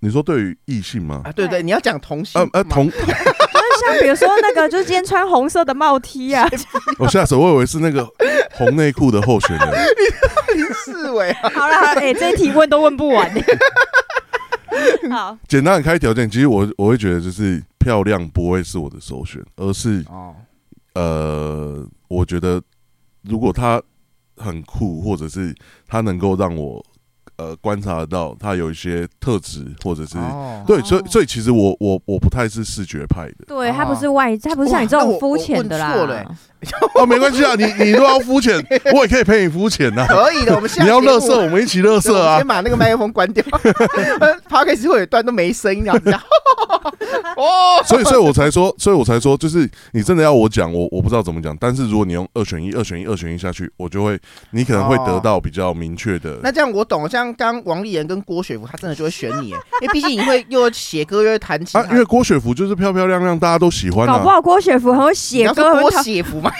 Speaker 3: 你说对于异性吗？
Speaker 2: 啊，对对，你要讲同性
Speaker 3: 呃呃，
Speaker 2: 嘛
Speaker 3: 同，
Speaker 1: 就是像比如说那个，就是今天穿红色的帽 T 啊，
Speaker 3: 我下手我以为是那个红内裤的候选人，
Speaker 2: 四维啊，
Speaker 1: 好了，好啦哎、这一题问都问不 完、好，
Speaker 3: 简单的开条件，其实我我会觉得就是漂亮不会是我的首选，而是
Speaker 2: 哦，
Speaker 3: 呃，我觉得如果他很酷，或者是他能够让我呃观察得到他有一些特质，或者是、
Speaker 2: 哦
Speaker 3: 对，所以所以其实我我我不太是视觉派的
Speaker 1: 对
Speaker 2: 哦
Speaker 1: 他不是外，他不是像你这
Speaker 2: 哇那
Speaker 1: 种
Speaker 2: 我
Speaker 1: 肤浅的啦。
Speaker 2: 我问错了欸
Speaker 3: 哦，没关系啊，你你都要肤浅，我也可以陪你肤浅呐。啊
Speaker 2: 可以的，我们下
Speaker 3: 你要
Speaker 2: 节目
Speaker 3: 乐色，我们一起乐
Speaker 2: 对
Speaker 3: 色
Speaker 2: 我们
Speaker 3: 啊
Speaker 2: 先！把那个麦克风关掉。p o d c a s 会有一段都没声音，然啊后这样。哦，
Speaker 3: 所以 所以我才说，所以我才说，就是你真的要我讲，我我不知道怎么讲。但是如果你用二选一、二选一、二选一下去，我就会，你可能会得到比较明确的。
Speaker 2: 那这样我懂了，像刚王丽妍跟郭雪芙，她真的就会选你耶，因为毕竟你会又会写歌又会弹吉他。
Speaker 3: 啊，因为郭雪芙就是漂漂亮亮，大家都喜欢
Speaker 1: 搞不
Speaker 3: 啊，
Speaker 1: 好郭雪芙很会
Speaker 2: 你
Speaker 1: 写
Speaker 2: 要
Speaker 1: 歌，
Speaker 2: 说
Speaker 1: 很
Speaker 2: 郭
Speaker 1: 会
Speaker 2: 雪芙嘛，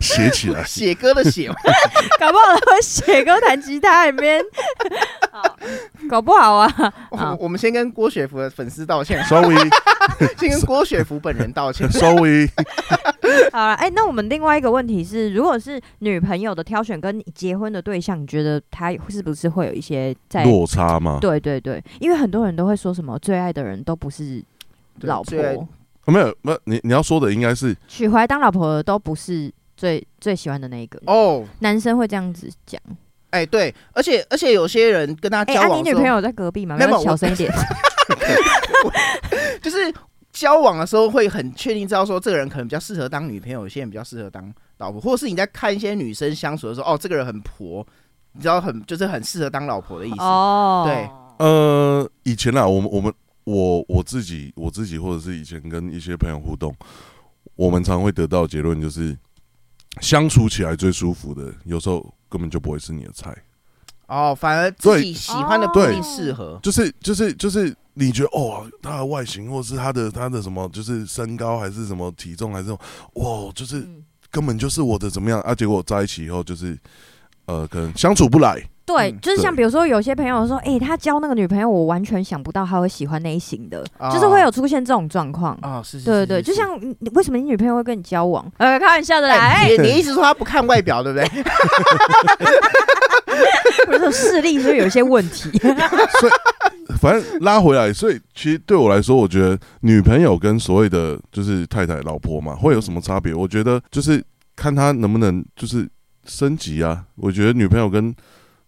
Speaker 3: 写起来。
Speaker 2: 写歌的 写嘛。
Speaker 1: 搞不好很会写歌、弹吉他里 面。好，搞不好啊，
Speaker 2: 我我们先跟郭雪芙的粉丝道 歉，
Speaker 3: Sorry，Sorry。
Speaker 2: 先跟郭雪芙本人道歉
Speaker 3: sorry
Speaker 1: 好了，哎、那我们另外一个问题是，如果是女朋友的挑选跟你结婚的对象，你觉得他是不是会有一些在？
Speaker 3: 落差嘛？
Speaker 1: 对对对，因为很多人都会说什么最爱的人都不是
Speaker 2: 对
Speaker 1: 老
Speaker 2: 最爱
Speaker 1: 婆，
Speaker 3: 啊没有，没有，你你要说的应该是
Speaker 1: 娶回来当老婆的都不是最最喜欢的那一个。
Speaker 2: 哦，
Speaker 1: 男生会这样子讲，
Speaker 2: 哎、对，而且而且有些人跟他
Speaker 1: 哎，
Speaker 2: 交
Speaker 1: 啊，
Speaker 2: 往
Speaker 1: 你女
Speaker 2: 的时候，
Speaker 1: 朋友在隔壁吗？
Speaker 2: 没有
Speaker 1: 没有
Speaker 2: 我
Speaker 1: 小声一点。
Speaker 2: 就是交往的时候会很确定知道说这个人可能比较适合当女朋友，有些人比较适合当老婆，或者是你在看一些女生相处的时候，哦，这个人很婆，你知道很就是很适合当老婆的意思。
Speaker 1: 哦，
Speaker 2: 对
Speaker 3: 呃，以前啦，我们我们我我自己我自己，或者是以前跟一些朋友互动，我们常会得到的结论就是，相处起来最舒服的，有时候根本就不会是你的菜，
Speaker 2: 哦，反而自
Speaker 3: 对
Speaker 2: 己喜欢的不
Speaker 3: 对
Speaker 2: 一定适合。
Speaker 3: 就是就是就是。你觉得哦，他的外形，或是他的他的什么，就是身高还是什么体重，还是什么哇，就是
Speaker 1: 嗯
Speaker 3: 根本就是我的怎么样啊？结果在一起以后，就是呃，可能相处不来，
Speaker 1: 对，
Speaker 2: 嗯
Speaker 1: 就是像
Speaker 3: 对
Speaker 1: 比如说有些朋友说，哎，他交那个女朋友，我完全想不到他会喜欢那一型的，
Speaker 2: 哦
Speaker 1: 就是会有出现这种状况。
Speaker 2: 哦，是是是
Speaker 1: 对对，就。像你你为什么你女朋友会跟你交往？呃，开玩笑的啦，
Speaker 2: 哎，
Speaker 1: 哎，
Speaker 2: 你你一直说他不看外表，对不对？
Speaker 1: 不是视力是不是有一些问题？
Speaker 3: 反正拉回来，所以其实对我来说，我觉得女朋友跟所谓的就是太太、老婆嘛，会有什么差别？我觉得就是看她能不能就是升级啊。我觉得女朋友跟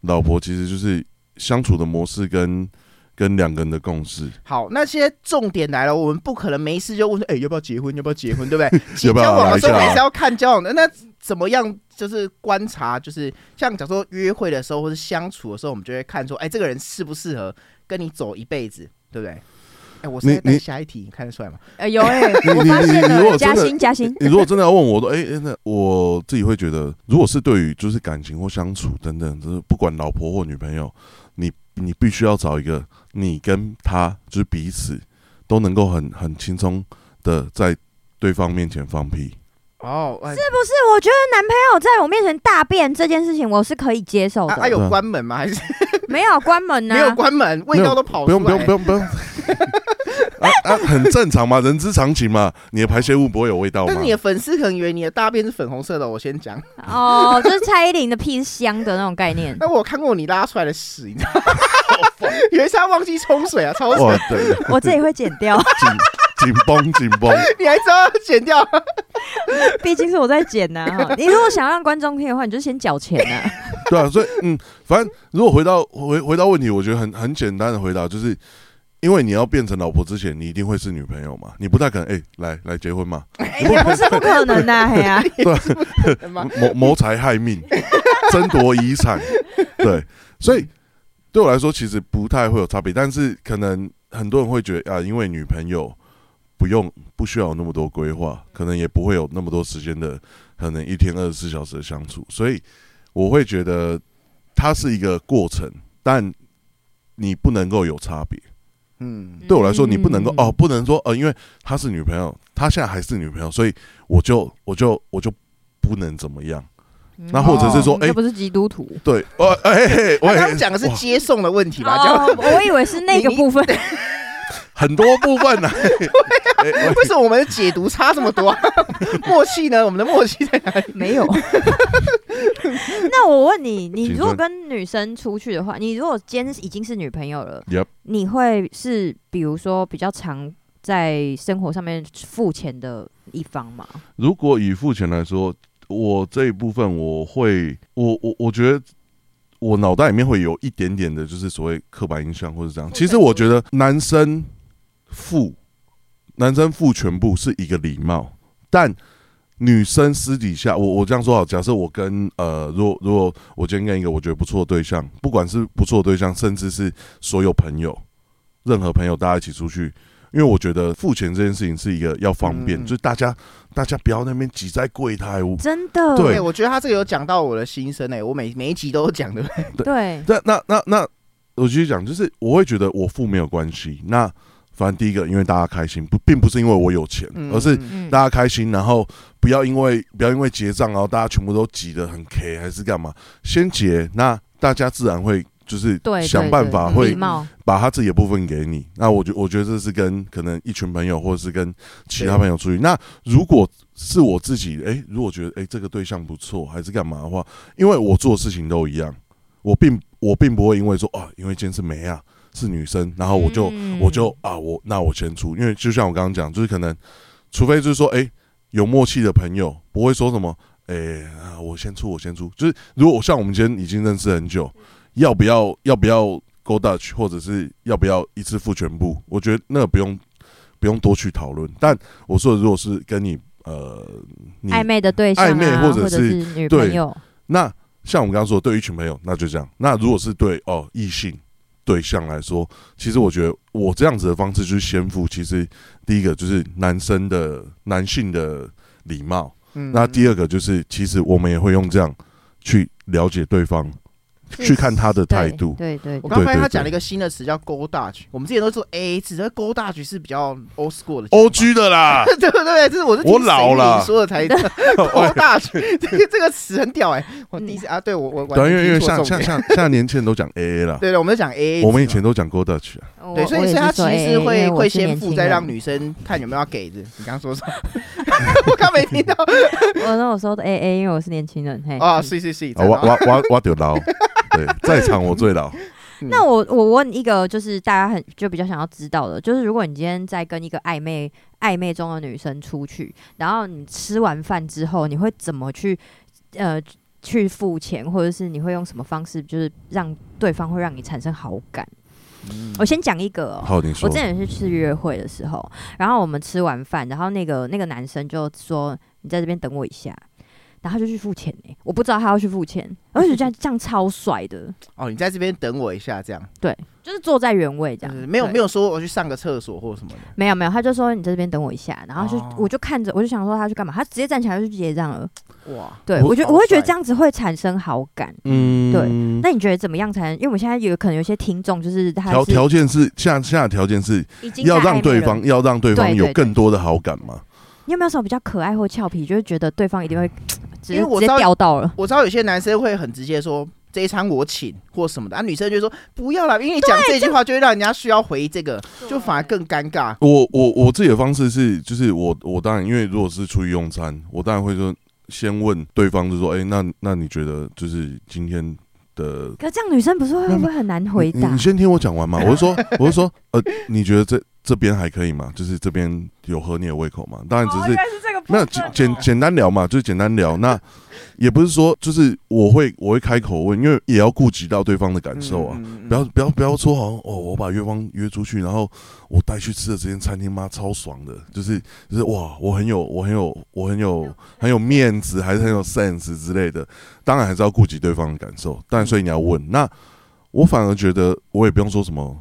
Speaker 3: 老婆其实就是相处的模式跟跟两个人的共识，
Speaker 2: 好，那现在重点来了，我们不可能没事就问说，哎，要不要结婚？要不要结婚？对不对？
Speaker 3: 要不要
Speaker 2: 交往的时候
Speaker 3: 来一下
Speaker 2: 还是要看交往的，那怎么样？就是观察，就是像假如说约会的时候或是相处的时候，我们就会看说，哎，这个人适不适合跟你走一辈子，对不对？哎，我是在
Speaker 3: 你
Speaker 2: 带
Speaker 3: 你
Speaker 2: 下一题，你看得出来吗？
Speaker 1: 呃，有哎，
Speaker 3: 你
Speaker 1: 我
Speaker 3: 你
Speaker 1: 发现
Speaker 3: 你如
Speaker 1: 了，
Speaker 3: 果真
Speaker 1: 加
Speaker 3: 的
Speaker 1: 薪加薪。
Speaker 3: 你如果真的要问我说，哎、诶那我自己会觉得，如果是对于就是感情或相处等等，就是不管老婆或女朋友，你你必须要找一个你跟他就是彼此都能够很很轻松的在对方面前放屁。
Speaker 2: 哦，哎
Speaker 1: 不是，我觉得男朋友在我面前大便这件事情，我是可以接受
Speaker 2: 啊
Speaker 1: 的。
Speaker 2: 啊，有关门吗？还是
Speaker 1: 没有关门啊呢、
Speaker 2: 没有关门？味道都跑
Speaker 3: 不
Speaker 2: 出来。
Speaker 3: 用不 用不用不用，啊啊，很正常嘛，人之常情嘛。你的排泄物不会有味道吗
Speaker 2: 但是？你的粉丝可能以为你的大便是粉红色的，我先讲。
Speaker 1: 哦，就是蔡依林的屁是香的那种概 念。
Speaker 2: 那我有看过你拉出来的屎，你知道吗？ 有一次他忘记冲水啊，超
Speaker 3: 哇，对，
Speaker 1: 我自己会剪掉，
Speaker 3: 紧紧绷紧绷。
Speaker 2: 你还知道要剪 掉？
Speaker 1: 毕竟是我在剪呐、哈 你如果想让观众听的话，你就先缴钱呐、
Speaker 3: 对啊，所以嗯，反正如果回到回回到问题，我觉得很很简单的回答就是，因为你要变成老婆之前，你一定会是女朋友嘛，你不太可能哎、来来结婚嘛，
Speaker 1: 哎也 不是不可能呐、嘿啊 呀、
Speaker 3: 啊
Speaker 2: 哎
Speaker 3: 谋谋财害命， 争夺遗产，对，所以对我来说其实不太会有差别，但是可能很多人会觉得啊，因为女朋友不用不需要有那么多规划，可能也不会有那么多时间的，可能一天二十四小时的相处，所以我会觉得它是一个过程，但你不能够有差别。
Speaker 2: 嗯，
Speaker 3: 对我来说，你不能够、
Speaker 1: 嗯
Speaker 3: 哦，不能说呃，因为她是女朋友，她现在还是女朋友，所以我就我就我就不能怎么样。那或者是说，
Speaker 1: 你
Speaker 3: 哎、
Speaker 1: 嗯哦又不是基督徒。
Speaker 3: 对，我哎嘿，我
Speaker 2: 他刚
Speaker 3: 也
Speaker 2: 刚讲的是接送的问题吧？就
Speaker 1: 哦，我以为是那个部分，
Speaker 3: 很多部分啊呢、哎哎
Speaker 2: 为什么我们的解读差这么 多、啊？默契呢？我们的默契在哪里？
Speaker 1: 没有。 那我问你，你
Speaker 3: 请
Speaker 1: 如果
Speaker 3: 说
Speaker 1: 跟女生出去的话，你如果今天已经是女朋友了，
Speaker 3: Yep
Speaker 1: 你会是比如说比较常在生活上面付钱的一方吗？
Speaker 3: 如果以付钱来说，我这一部分我会，我我我觉得。我脑袋里面会有一点点的，就是所谓刻板印象或者这样。其实我觉得男生付，男生付全部是一个礼貌，但女生私底下，我我这样说好，假设我跟呃，如果如果我今天跟一个我觉得不错的对象，不管是不错的对象，甚至是所有朋友，任何朋友，大家一起出去，因为我觉得付钱这件事情是一个要方便，
Speaker 2: 嗯
Speaker 3: 就是大家大家不要那边挤在柜台。我
Speaker 1: 真的，
Speaker 3: 对
Speaker 2: 哎我觉得他这个有讲到我的心声呢、哎我每每一集都有讲 的。
Speaker 1: 对
Speaker 3: 那那那那，我继续讲，就是我会觉得我付没有关系。那反正第一个，因为大家开心，不并不是因为我有钱，
Speaker 2: 嗯
Speaker 3: 而是
Speaker 1: 嗯，
Speaker 3: 大家开心，然后不要因为不要因为结账，然后大家全部都挤得很 K 还是干嘛，先结，那大家自然会就是
Speaker 1: 对，
Speaker 3: 想
Speaker 1: 对
Speaker 3: 办
Speaker 1: 对
Speaker 3: 法
Speaker 1: 嗯
Speaker 3: 会
Speaker 1: 礼貌，
Speaker 3: 把他自己的部分给你。那我觉我觉得这是跟可能一群朋友或者是跟其他朋友出去。那如果是我自己，诶，如果觉得诶这个对象不错，还是干嘛的话，因为我做的事情都一样，我并我并不会因为说啊，因为今天是梅啊是女生，然后我就、
Speaker 1: 嗯
Speaker 3: 我就啊我那我先出，因为就像我刚刚讲，就是可能除非就是说诶有默契的朋友不会说什么。诶、啊我先出，我先出。就是如果我像我们今天已经认识很久，要不要要不要 go Dutch，或者是要不要一次付全部？我觉得那个不用不用多去讨论。但我说的，如果是跟你呃你
Speaker 1: 暧昧的对象、啊，
Speaker 3: 暧昧或
Speaker 1: 或
Speaker 3: 者
Speaker 1: 是女朋友，
Speaker 3: 那像我们刚刚说，对于一群朋友，那就这样。那如果是对哦异性对象来说，其实我觉得我这样子的方式就是先付。其实第一个就是男生的男性的礼貌，
Speaker 2: 嗯
Speaker 3: 那第二个就是其实我们也会用这样去了解对方，去看他的态度。
Speaker 1: 对对
Speaker 2: 我
Speaker 1: 对
Speaker 2: 刚发现
Speaker 3: 对对
Speaker 2: 他讲了一个新的词叫 “go Dutch”，我们之前都说 “A A 制”，但 “go Dutch” 是比较 old school 的讲法
Speaker 3: O G 的啦，
Speaker 2: 对不对？这是我是听
Speaker 3: 哦我老了
Speaker 2: 谁说的才勾大学，这个这个词很屌哎、我第一次啊，对我我我
Speaker 3: 对，因为因为
Speaker 2: 听错
Speaker 3: 像
Speaker 2: 重
Speaker 3: 像
Speaker 2: 点
Speaker 3: 像像年轻人都讲 A A 啦，
Speaker 2: 对对，我们讲 A A，
Speaker 3: 我们以前都讲 Go Dutch 啊，
Speaker 1: 我
Speaker 2: 对，所以
Speaker 1: 我也
Speaker 2: 所以他
Speaker 1: 是
Speaker 2: 其
Speaker 1: 说
Speaker 2: 实
Speaker 1: 哎因
Speaker 2: 会
Speaker 1: 为我
Speaker 2: 会
Speaker 1: 是年
Speaker 2: 先付，
Speaker 1: 轻
Speaker 2: 再
Speaker 1: 人
Speaker 2: 让女生看有没有要给的。你刚刚 说什么？ 我刚没听到
Speaker 1: 我那我说的 A A，因为我是年轻人。嘿，
Speaker 2: 啊，
Speaker 1: 嗯
Speaker 2: 是是是，
Speaker 3: 啊，我我我我丢老，对，在场我最老。
Speaker 2: 嗯
Speaker 1: 那我我问一个，就是大家很就比较想要知道的，就是如果你今天在跟一个暧昧暧昧中的女生出去，然后你吃完饭之后，你会怎么去呃去付钱，或者是你会用什么方式，就是让对方会让你产生好感？
Speaker 2: 嗯
Speaker 1: 我先讲一个、哦，
Speaker 3: 好，你
Speaker 1: 我
Speaker 3: 说
Speaker 1: 之，前也是去约会的时候，然后我们吃完饭，然后那个那个男生就说：“你在这边等我一下。”然后他就去付钱呢、我不知道他要去付钱，而且这样这样超帅的，
Speaker 2: 哦，你在这边等我一下，这样
Speaker 1: 就是坐在原位这
Speaker 2: 就
Speaker 1: 样
Speaker 2: 是，嗯没有
Speaker 1: 对
Speaker 2: 没有说我去上个厕所或什么的，
Speaker 1: 没有没有，他就说你在这边等我一下，然后就、
Speaker 2: 哦
Speaker 1: 我就看着，我就想说他去干嘛，他直接站起来就去结账了。
Speaker 2: 哇，
Speaker 1: 对
Speaker 2: 我
Speaker 1: 我觉得
Speaker 2: 好
Speaker 1: 我会觉得
Speaker 2: 帅
Speaker 1: 这样子会产生好感。
Speaker 3: 嗯
Speaker 1: 对那你觉得怎么样才能？因为我们现在有可能有些听众就是他
Speaker 3: 条
Speaker 1: 是
Speaker 3: 条件是下下条件是
Speaker 1: 已经
Speaker 3: 要
Speaker 1: 在暧
Speaker 3: 让
Speaker 1: 昧
Speaker 3: 对
Speaker 1: 了
Speaker 3: 方要让对方
Speaker 1: 对
Speaker 3: 有
Speaker 1: 对
Speaker 3: 更多的好感嘛？
Speaker 1: 你有没有什么比较可爱或俏皮，就是觉得对方一定会直接
Speaker 2: 因为我
Speaker 1: 直接
Speaker 2: 知道
Speaker 1: 钓到了？
Speaker 2: 我知道有些男生会很直接说这一餐我请或什么的，啊，女生就说不要啦，因为你讲这句话就会让人家需要回这个，就反而更尴尬。
Speaker 3: 我我我自己的方式是，就是我我当然因为如果是出去用餐，我当然会说先问对方，就说哎、那那你觉得就是今天的
Speaker 1: 可这样女生不是会
Speaker 3: 没有
Speaker 1: 会不会很难回
Speaker 3: 你你
Speaker 1: 答
Speaker 3: 你？先听我讲完嘛。我是说，我是说，呃，你觉得这这边还可以吗？就是这边有合你的胃口吗？当然只哦
Speaker 1: 哦
Speaker 3: 是、没有简简简单聊嘛，就是简单聊。 那也不是说就是我会我会开口问，因为也要顾及到对方的感受啊。
Speaker 2: 嗯
Speaker 3: 不要不要不要说好像哦，我把约方约出去，然后我带去吃的这间餐厅，妈超爽的，就是就是哇，我很有我很有我很有很有面子，还是很有 sense 之类的。当然还是要顾及对方的感受，但所以你要问。那我反而觉得我也不用说什么，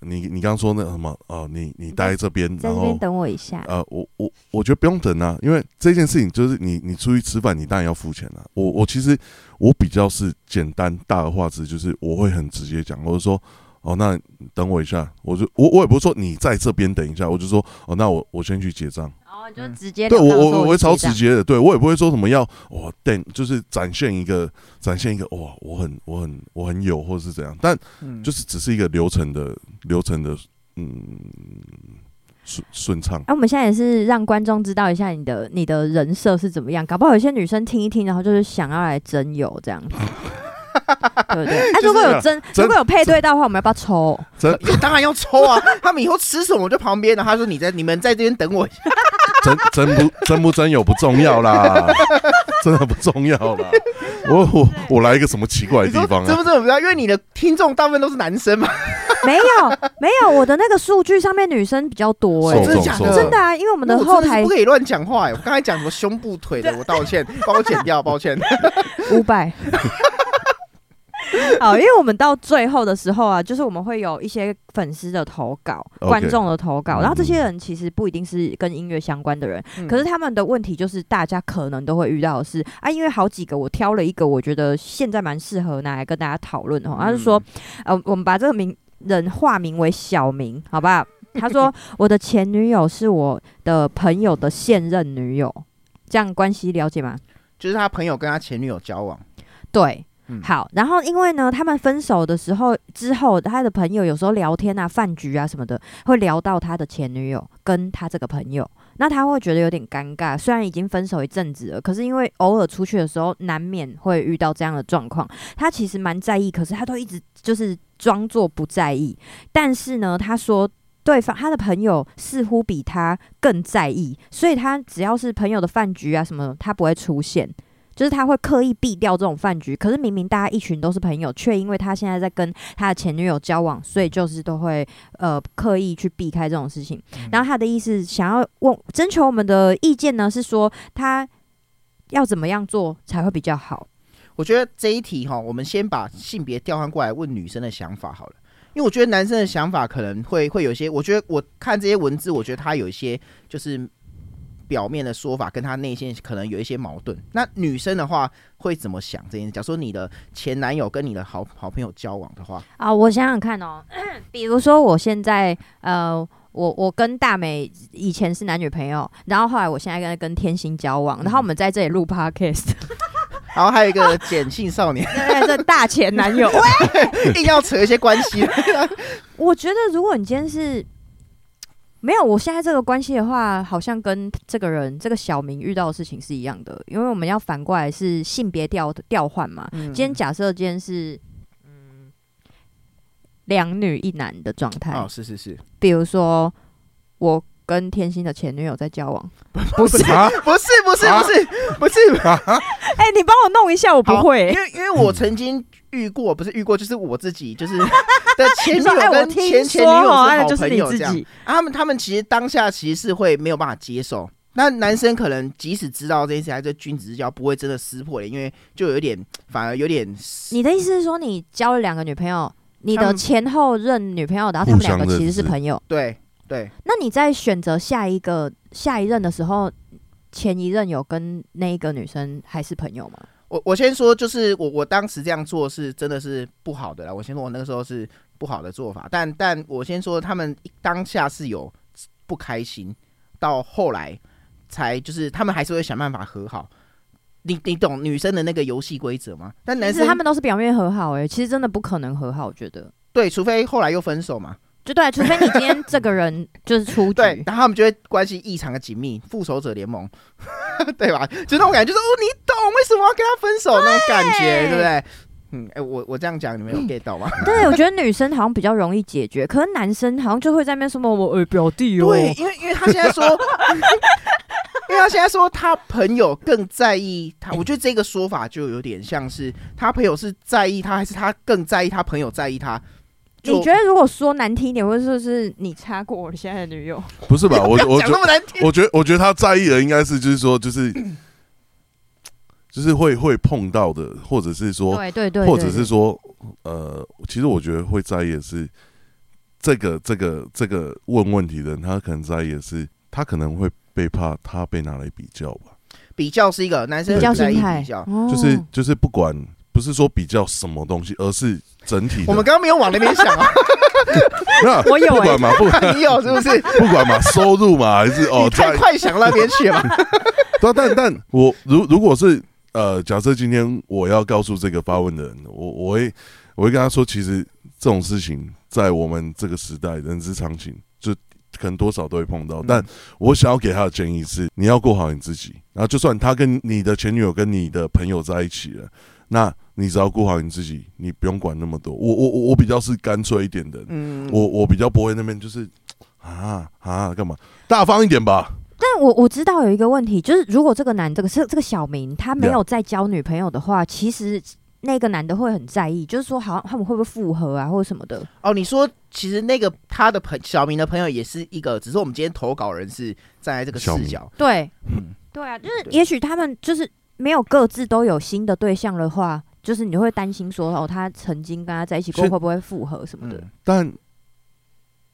Speaker 3: 你你刚刚说那什么哦，你你待在这边，
Speaker 1: 在
Speaker 3: 然
Speaker 1: 这边
Speaker 3: 后
Speaker 1: 等我一下。
Speaker 3: 呃，我我我觉得不用等啊，因为这件事情就是你你出去吃饭，你当然要付钱啊。我我其实我比较是简单大而化之，就是我会很直接讲，我就说哦，那等我一下，我就我我也不是说你在这边等一下，我就说哦，那我我先去结账。
Speaker 1: 然后就直接
Speaker 3: 对
Speaker 1: 聊
Speaker 3: 哎我
Speaker 1: 到
Speaker 3: 我
Speaker 1: 说
Speaker 3: 我会
Speaker 1: 是
Speaker 3: 超
Speaker 1: 这
Speaker 3: 直
Speaker 1: 样，
Speaker 3: 接的，对我也不会说什么要哇等，就是展现一个展现一个哇我很我很我很有或者是怎样，但
Speaker 2: 嗯
Speaker 3: 就是只是一个流程的流程的嗯顺顺畅。
Speaker 1: 哎、我们现在也是让观众知道一下你的你的人设是怎么样，搞不好有些女生听一听，然后就是想要来真友这样子，对不对？哎、
Speaker 3: 就是
Speaker 1: 如果有真
Speaker 3: 真
Speaker 1: 如果有配对到的话，我们要不要抽？
Speaker 2: 当然要抽啊！他们以后吃什么我就旁边的。他说：“你在你们在这边等我。
Speaker 3: 真真不真不真有不重要啦，真的不重要啦。我我我来一个什么奇”怪的
Speaker 2: 你说
Speaker 3: 地方
Speaker 2: 这
Speaker 3: 啊？
Speaker 2: 不这不知道，因为你的听众大部分都是男生嘛。
Speaker 1: 没有没有，我的那个数据上面女生比较多哎、
Speaker 3: 受
Speaker 2: 真的
Speaker 3: 众
Speaker 2: 假
Speaker 3: 受
Speaker 2: 的
Speaker 1: 真
Speaker 3: 众
Speaker 1: 的，啊，因为我们的
Speaker 2: 我
Speaker 1: 后
Speaker 2: 真
Speaker 1: 台
Speaker 2: 是不可以乱讲话、哎我刚才讲什么胸部腿 的，我道歉，帮我剪掉，抱歉。
Speaker 1: 五百。好，因为我们到最后的时候啊，就是我们会有一些粉丝的投稿、
Speaker 3: OK
Speaker 1: 观众的投稿，然后这些
Speaker 3: 嗯
Speaker 1: 人其实不一定是跟音乐相关的人，
Speaker 2: 嗯
Speaker 1: 可是他们的问题就是大家可能都会遇到的是啊，因为好几个我挑了一个，我觉得现在蛮适合拿来跟大家讨论的哦。他就
Speaker 2: 嗯
Speaker 1: 说，呃，我们把这个名人化名为小明，好不好？他说我的前女友是我的朋友的现任女友，这样关系了解吗？
Speaker 2: 就是他朋友跟他前女友交往，
Speaker 1: 对。
Speaker 2: 嗯
Speaker 1: 好，然后因为呢，他们分手的时候之后，他的朋友有时候聊天啊、饭局啊什么的，会聊到他的前女友跟他这个朋友，那他会觉得有点尴尬。虽然已经分手一阵子了，可是因为偶尔出去的时候，难免会遇到这样的状况。他其实蛮在意，可是他都一直就是装作不在意。但是呢，他说。对方他的朋友似乎比他更在意，所以他只要是朋友的饭局啊什么，他不会出现。就是他会刻意避掉这种饭局。可是明明大家一群都是朋友，却因为他现在在跟他的前女友交往，所以就是都会呃刻意去避开这种事情。然后他的意思想要问征求我们的意见呢，是说他要怎么样做才会比较好？
Speaker 2: 我觉得这一题哈，我们先把性别调换过来问女生的想法好了，因为我觉得男生的想法可能会会有一些，我觉得我看这些文字，我觉得他有一些就是表面的说法跟他内心可能有一些矛盾。那女生的话会怎么想这件事？假如说你的前男友跟你的好好朋友交往的话，
Speaker 1: 啊，我想想看哦， 比如说我现在呃，我我跟大美以前是男女朋友，然后后来我现在跟跟天心交往，然后我们在这里录 podcast，
Speaker 2: 然后还有一个碱性 少年
Speaker 1: 这大前男友，
Speaker 2: 硬要扯一些关 系，
Speaker 1: 我觉得如果你今天是没有我现在这个关系的话，好像跟这个人这个小明遇到的事情是一样的，因为我们要反过来是性别调调换嘛。
Speaker 2: 嗯
Speaker 1: 今天假设今天是嗯两女一男的状态，
Speaker 2: 哦，是是是，
Speaker 1: 比如说我跟天心的前女友在交往，
Speaker 2: 不是
Speaker 3: 啊
Speaker 2: 不是不是不是
Speaker 1: 啊
Speaker 2: 不是
Speaker 1: 哎、你帮我弄一下，我不
Speaker 2: 好
Speaker 1: 会、
Speaker 2: 因为因为我曾经遇过，不是遇过，就是我自 己就是的前
Speaker 1: 你
Speaker 2: 女
Speaker 1: 说哎、
Speaker 2: 友
Speaker 1: 我
Speaker 2: 跟
Speaker 1: 听
Speaker 2: 前前
Speaker 1: 说
Speaker 2: 女友
Speaker 1: 哦哎
Speaker 2: 好
Speaker 1: 就是
Speaker 2: 朋
Speaker 1: 你
Speaker 2: 友
Speaker 1: 自
Speaker 2: 这样。
Speaker 1: 己，
Speaker 2: 啊他们他们其实当下其实是会没有办法接受。那男生可能即使知道这件事，还是君子之交，不会真的撕破脸，因为就有点反而有点
Speaker 1: 你的意思是说你交了两个女朋友，你
Speaker 2: 他
Speaker 1: 的
Speaker 2: 们
Speaker 1: 前后任女朋友，然后他们两个
Speaker 3: 互相认
Speaker 1: 其实是
Speaker 3: 识
Speaker 1: 朋友，
Speaker 2: 对对
Speaker 1: 那你在选择下一个下一任的时候，前一任有跟那一个女生还是朋友吗？
Speaker 2: 我我先说，就是我我当时这样做是真的是不好的啦。我先说，我那个时候是不好的做法，但但我先说，他们当下是有不开心，到后来才就是他们还是会想办法和好。你你懂女生的那个游戏规则吗？但男
Speaker 1: 其实
Speaker 2: 生
Speaker 1: 他们都是表面和好、欸，其实真的不可能和好，我觉得。
Speaker 2: 对，除非后来又分手嘛，
Speaker 1: 就对，啊除非你今天这个人 就是出局，
Speaker 2: 对，然后他们就会关系异常的紧密，复仇者联盟， 对吧？就那种感觉，就是哦，你懂为什么要跟他分手那种感
Speaker 1: 对
Speaker 2: 觉，对不对？嗯，哎、我我这样讲，你们有 get 到吗？
Speaker 1: 对，我觉得女生好像比较容易解决，可是男生好像就会在那边什么我、呃表弟哦，
Speaker 2: 对，因为因为他现在说， 因为他现在说他朋友更在意他，
Speaker 1: 哎
Speaker 2: 我觉得这个说法就有点像是他朋友是在意他，还是他更在意他朋友在意他？就
Speaker 1: 你觉得如果说难听一点，或者说是你插过我现在的女友，
Speaker 3: 不是吧？我我
Speaker 2: 讲
Speaker 3: 觉
Speaker 2: 那么难听？
Speaker 3: 我觉得我觉得他在意的应该是就是说就是就是会会碰到的，或者是说
Speaker 1: 对对对，
Speaker 3: 或者是说，呃，其实我觉得会在意的是这个这个这个问问题的人，他可能在意的是，他可能会被怕他被拿来比较吧，
Speaker 2: 比较是一个男生
Speaker 1: 比较
Speaker 2: 很在
Speaker 1: 心
Speaker 2: 意
Speaker 1: 态
Speaker 2: 比较，。
Speaker 1: 哦
Speaker 3: 就是就是不管不是说比较什么东西，而是整体的。
Speaker 2: 我们刚刚没有往那边想 啊，
Speaker 3: 没有
Speaker 1: 我有
Speaker 3: 不
Speaker 1: 欸
Speaker 3: 管嘛，不管
Speaker 2: 你有是不是？
Speaker 3: 不管嘛，收入嘛还是哦
Speaker 2: 你，
Speaker 3: 在
Speaker 2: 太快想那边去了 吧。
Speaker 3: 但啊但但我如如果是呃，假设今天我要告诉这个发问的人，我我会我会跟他说，其实这种事情在我们这个时代人之常情，就可能多少都会碰到。但我想要给他的建议是，你要过好你自己。然后就算他跟你的前女友跟你的朋友在一起了，那你只要顾好你自己，你不用管那么多。我我我我比较是干脆一点的人，
Speaker 2: 嗯，
Speaker 3: 我我比较不会那边就是啊啊干嘛，大方一点吧。
Speaker 1: 但我我知道有一个问题，就是如果这个男这个是这个小明他没
Speaker 3: Yeah
Speaker 1: 有在交女朋友的话，其实那个男的会很在意，就是说好像他们会不会复合啊，或者什么的。
Speaker 2: 哦，你说其实那个他的朋小明的朋友也是一个，只是我们今天投稿人是站在这个
Speaker 3: 小
Speaker 2: 视
Speaker 3: 明
Speaker 2: 角，
Speaker 1: 对，
Speaker 2: 嗯，
Speaker 1: 对啊，就是
Speaker 2: 对
Speaker 1: 也许他们就是没有各自都有新的对象的话，就是你会担心说哦，他曾经跟他在一起过，
Speaker 3: 是
Speaker 1: 会不会复合什么的。
Speaker 2: 嗯
Speaker 3: 但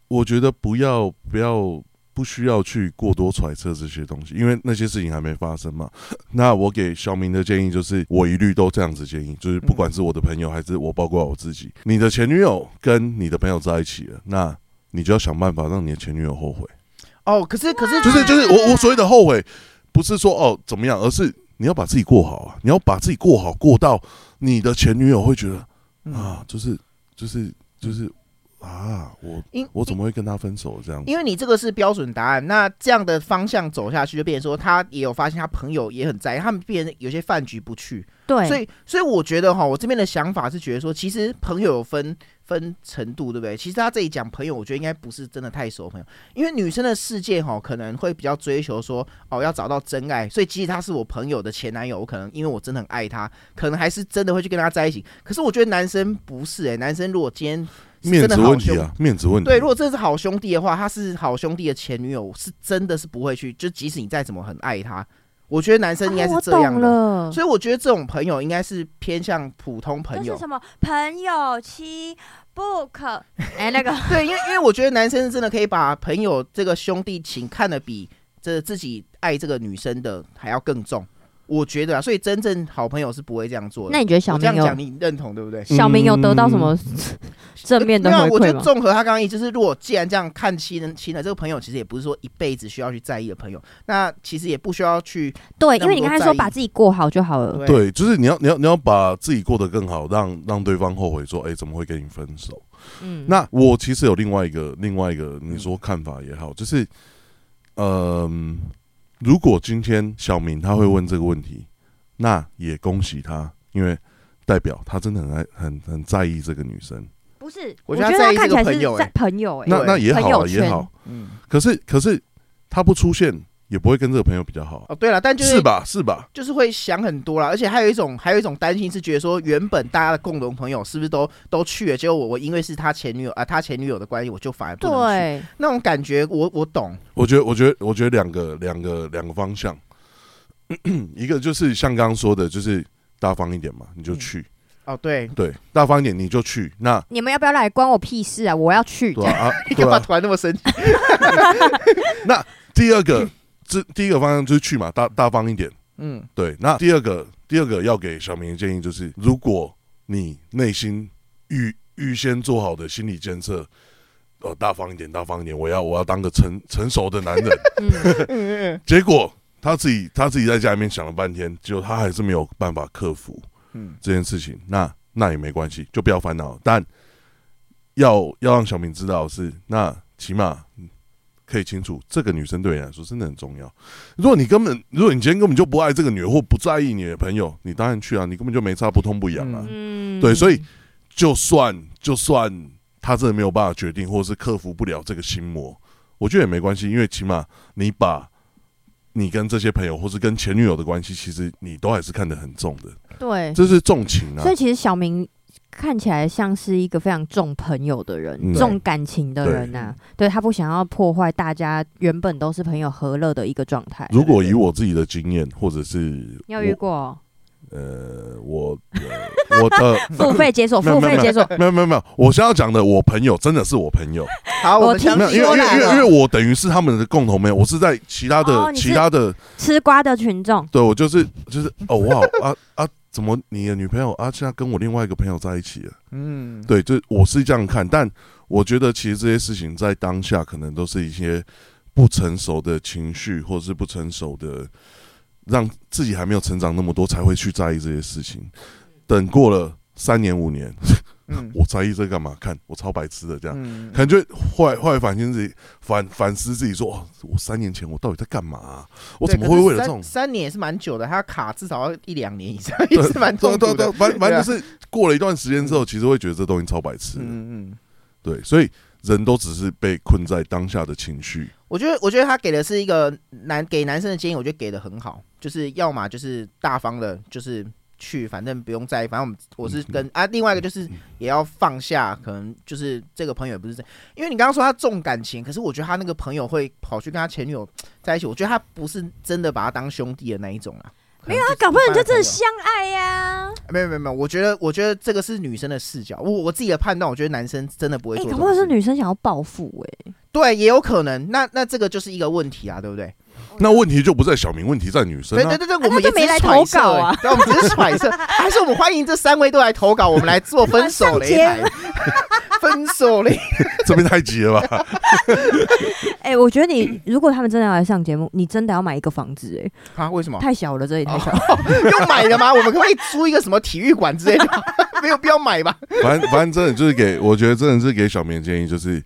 Speaker 3: 我觉得不要不要不需要去过多揣测这些东西，因为那些事情还没发生嘛。 那我给小明的建议就是，我一律都这样子建议，就是不管是我的朋友还是我，包括我自己，你的前女友跟你的朋友在一起了，那你就要想办法让你的前女友后悔。
Speaker 2: 哦，可是可是
Speaker 3: 就是就是我我所谓的后悔，不是说哦怎么样，而是你要把自己过好啊，你要把自己过好，过到你的前女友会觉得
Speaker 2: 嗯
Speaker 3: 啊，就是就是就是啊，我
Speaker 2: 因
Speaker 3: 我怎么会跟他分手这样子？
Speaker 2: 因为你这个是标准答案，那这样的方向走下去，就变成说他也有发现他朋友也很在意，他们变成有些饭局不去，
Speaker 1: 对，
Speaker 2: 所以，所以我觉得哈，我这边的想法是觉得说，其实朋友有分分程度，对不对？其实他这里讲朋友，我觉得应该不是真的太熟朋友，因为女生的世界哈，可能会比较追求说哦，要找到真爱，所以即使他是我朋友的前男友，我可能因为我真的很爱他，可能还是真的会去跟他在一起。可是我觉得男生不是诶、欸男生如果今天是
Speaker 3: 面
Speaker 2: 真的
Speaker 3: 子
Speaker 2: 好
Speaker 3: 问题
Speaker 2: 兄
Speaker 3: 啊，面子问题。
Speaker 2: 对，如果真的是好兄弟的话，他是好兄弟的前女友，是真的是不会去，就即使你再怎么很爱他，我觉得男生应该
Speaker 1: 啊
Speaker 2: 是
Speaker 1: 我
Speaker 2: 这样
Speaker 1: 懂
Speaker 2: 的。
Speaker 1: 了，
Speaker 2: 所以我觉得这种朋友应该是偏向普通朋
Speaker 1: 就
Speaker 2: 友
Speaker 1: 是，什么朋友妻不 可，哎，那个
Speaker 2: 对，因为因为我觉得男生真的可以把朋友这个兄弟情看得比这自己爱这个女生的还要更重，我觉得啊，所以真正好朋友是不会这样做
Speaker 1: 那
Speaker 2: 的。
Speaker 1: 你觉得小
Speaker 2: 我这
Speaker 1: 明
Speaker 2: 样
Speaker 1: 有
Speaker 2: 讲你认同对不对？
Speaker 1: 小明有得到什么 正面的
Speaker 2: 没有啊
Speaker 1: 回
Speaker 2: 我觉
Speaker 1: 馈
Speaker 2: 得
Speaker 1: 吗？
Speaker 2: 综合他刚刚意思，就是如果既然这样看亲人亲的这个朋友，其实也不是说一辈子需要去在意的朋友，那其实也不需要去
Speaker 1: 对，
Speaker 2: 那
Speaker 1: 因为
Speaker 2: 么
Speaker 1: 你
Speaker 2: 多
Speaker 1: 刚才
Speaker 2: 在
Speaker 1: 说
Speaker 2: 意
Speaker 1: 把自己过好就好了。
Speaker 2: 对
Speaker 3: 对，就是你要你要你要把自己过得更好，让让对方后悔说，哎、怎么会跟你分手？
Speaker 1: 嗯，
Speaker 3: 那我其实有另外一个另外一个你说看法也好，就是，嗯、如果今天小明他会问这个问题，那也恭喜他，因为代表他真的很爱很很在意这个女生。
Speaker 1: 不是，我
Speaker 2: 我觉得
Speaker 1: 觉得他
Speaker 2: 他在意
Speaker 1: 看
Speaker 2: 这
Speaker 1: 起来
Speaker 2: 个朋
Speaker 1: 是
Speaker 2: 友
Speaker 1: 在
Speaker 2: 哎
Speaker 1: 朋友哎，
Speaker 3: 那
Speaker 2: 对
Speaker 3: 那也好
Speaker 1: 朋
Speaker 3: 啊，
Speaker 1: 友圈
Speaker 3: 也好。
Speaker 2: 嗯
Speaker 3: 可是可是他不出现，也不会跟这个朋友比较好，啊
Speaker 2: 哦对了，但就是
Speaker 3: 是吧？是吧？
Speaker 2: 就是会想很多啦，而且还有一种还有一种担心是觉得说，原本大家的共同朋友是不是都都去了，结果我我因为是他前女友啊，他前女友的关系，我就反而不能去，
Speaker 1: 对，
Speaker 2: 那种感觉我我懂，
Speaker 3: 我觉得，我觉得，我觉得两个两个两个方向， 一个就是像刚刚说的，就是大方一点嘛，你就去，
Speaker 2: 哦对，
Speaker 3: 对，啊大方一点你就去，那
Speaker 1: 你们要不要来？关我屁事啊！我要去。
Speaker 3: 对啊，啊
Speaker 2: 你
Speaker 3: 对
Speaker 2: 干嘛
Speaker 3: 啊。
Speaker 2: 突然那么生气？
Speaker 3: 第二个，这第一个方向就是去嘛，大大方一点，
Speaker 2: 嗯，
Speaker 3: 对。那第二个，第二个要给小明的建议就是，如果你内心预预先做好的心理建设。呃，大方一点，大方一点，我要 我要当个成成熟的男人。
Speaker 1: 嗯，
Speaker 3: 结果他自己他自己在家里面想了半天，结果他还是没有办法克服。
Speaker 2: 嗯
Speaker 3: 这件事情，那那也没关系，就不要烦恼。但要要让小明知道的是，那起码嗯可以清楚，这个女生对你来说真的很重要。如果你根本，如果你今天根本就不爱这个女人，或不在意你的朋友，你当然去啊，你根本就没差，不痛不痒啊。
Speaker 1: 嗯
Speaker 3: 对，所以就算就算他真的没有办法决定，或者是克服不了这个心魔，我觉得也没关系，因为起码你把你跟这些朋友，或是跟前女友的关系，其实你都还是看得很重的，
Speaker 1: 对，
Speaker 3: 这是重情啊。
Speaker 1: 所以其实小明看起来像是一个非常重朋友的人，
Speaker 3: 嗯
Speaker 1: 重感情的人呐、啊对他不想要破坏大家原本都是朋友和乐的一个状态。啊
Speaker 3: 如果以我自己的经验，或者是
Speaker 1: 你有遇过
Speaker 3: 我呃，我呃我的
Speaker 1: 付费解锁，
Speaker 3: 没有
Speaker 1: 付费解锁，
Speaker 3: 没有没有没有，我想要讲的，我朋友真的是我朋友，
Speaker 2: 好，
Speaker 1: 我
Speaker 2: 我们
Speaker 1: 听
Speaker 2: 相
Speaker 3: 没有，因
Speaker 2: 信
Speaker 3: 为
Speaker 1: 说
Speaker 3: 因为
Speaker 1: 来
Speaker 3: 因为
Speaker 1: 了
Speaker 3: 因为我等于是他们的共同朋友，我是在其他的、
Speaker 1: 哦你是
Speaker 3: 其他的，
Speaker 1: 吃瓜的群众，
Speaker 3: 对我就是就是哦哇啊啊，怎么你的女朋友啊现在跟我另外一个朋友在一起了？
Speaker 2: 嗯，
Speaker 3: 对，就我是这样看，但我觉得其实这些事情在当下可能都是一些不成熟的情绪，或者是不成熟的，让自己还没有成长那么多才会去在意这些事情。等过了三年五年，
Speaker 2: 嗯
Speaker 3: 我在意这干嘛？看我超白痴的这样，
Speaker 2: 嗯，
Speaker 3: 感觉后来后来反省自己，反反思自己说，哦，我三年前我到底在干嘛啊、我怎么会为了这种
Speaker 2: 对可是三三年也是蛮久的，他卡至少要一两年以上，
Speaker 3: 对
Speaker 2: 也是蛮痛
Speaker 3: 对
Speaker 2: 苦
Speaker 3: 啊对
Speaker 2: 的
Speaker 3: 啊。反反正就是过了一段时间之后，其实会觉得这东西超白痴的。
Speaker 2: 嗯嗯，
Speaker 3: 对，所以人都只是被困在当下的情绪。
Speaker 2: 我觉得我觉得他给的是一个男给男生的建议，我觉得给的很好，就是要么就是大方的，就是去，反正不用在意，反正我们我
Speaker 3: 嗯
Speaker 2: 是跟啊，另外一个就是也要放下，可能就是这个朋友也不是这，因为你刚刚说他重感情，可是我觉得他那个朋友会跑去跟他前女友在一起，我觉得他不是真的把他当兄弟的那一种啊。
Speaker 1: 没有啊，搞不好人家真的
Speaker 2: 是。
Speaker 1: 相爱呀、
Speaker 2: 没有没有没有，我觉得我觉得这个是女生的视角，我我自己的判断，我觉得男生真的不会
Speaker 1: 哎、
Speaker 2: 做这
Speaker 1: 搞
Speaker 2: 种
Speaker 1: 不好
Speaker 2: 事。
Speaker 1: 是女生想要报复哎、
Speaker 2: 对，也有可能。那那这个就是一个问题啊，对不对？
Speaker 3: 那问题就不在小明，问题在女生
Speaker 2: 对
Speaker 3: 啊。
Speaker 2: 对对对，
Speaker 1: 那
Speaker 2: 我们
Speaker 1: 就
Speaker 2: 也
Speaker 1: 没
Speaker 2: 只是
Speaker 1: 来
Speaker 2: 揣
Speaker 1: 投
Speaker 2: 测
Speaker 1: 稿
Speaker 2: 而已
Speaker 1: 啊
Speaker 2: 对，我们只是揣测，还是我们欢迎这三位都来投稿，我们来做分手擂台，分手擂。
Speaker 3: 这边太急了吧？
Speaker 1: 哎、我觉得 你如果他们真的要来上节目，你真的要买一个房子哎、
Speaker 2: 啊？为什
Speaker 3: 哦
Speaker 2: 么？
Speaker 1: 太小了，这里太
Speaker 3: 啊
Speaker 1: 小了。
Speaker 2: 用买的吗？我们可不可以租一个什么体育馆之类的？没有必要买吧？
Speaker 3: 反正反正真的就是给，我觉得真的是给小明的建议，就是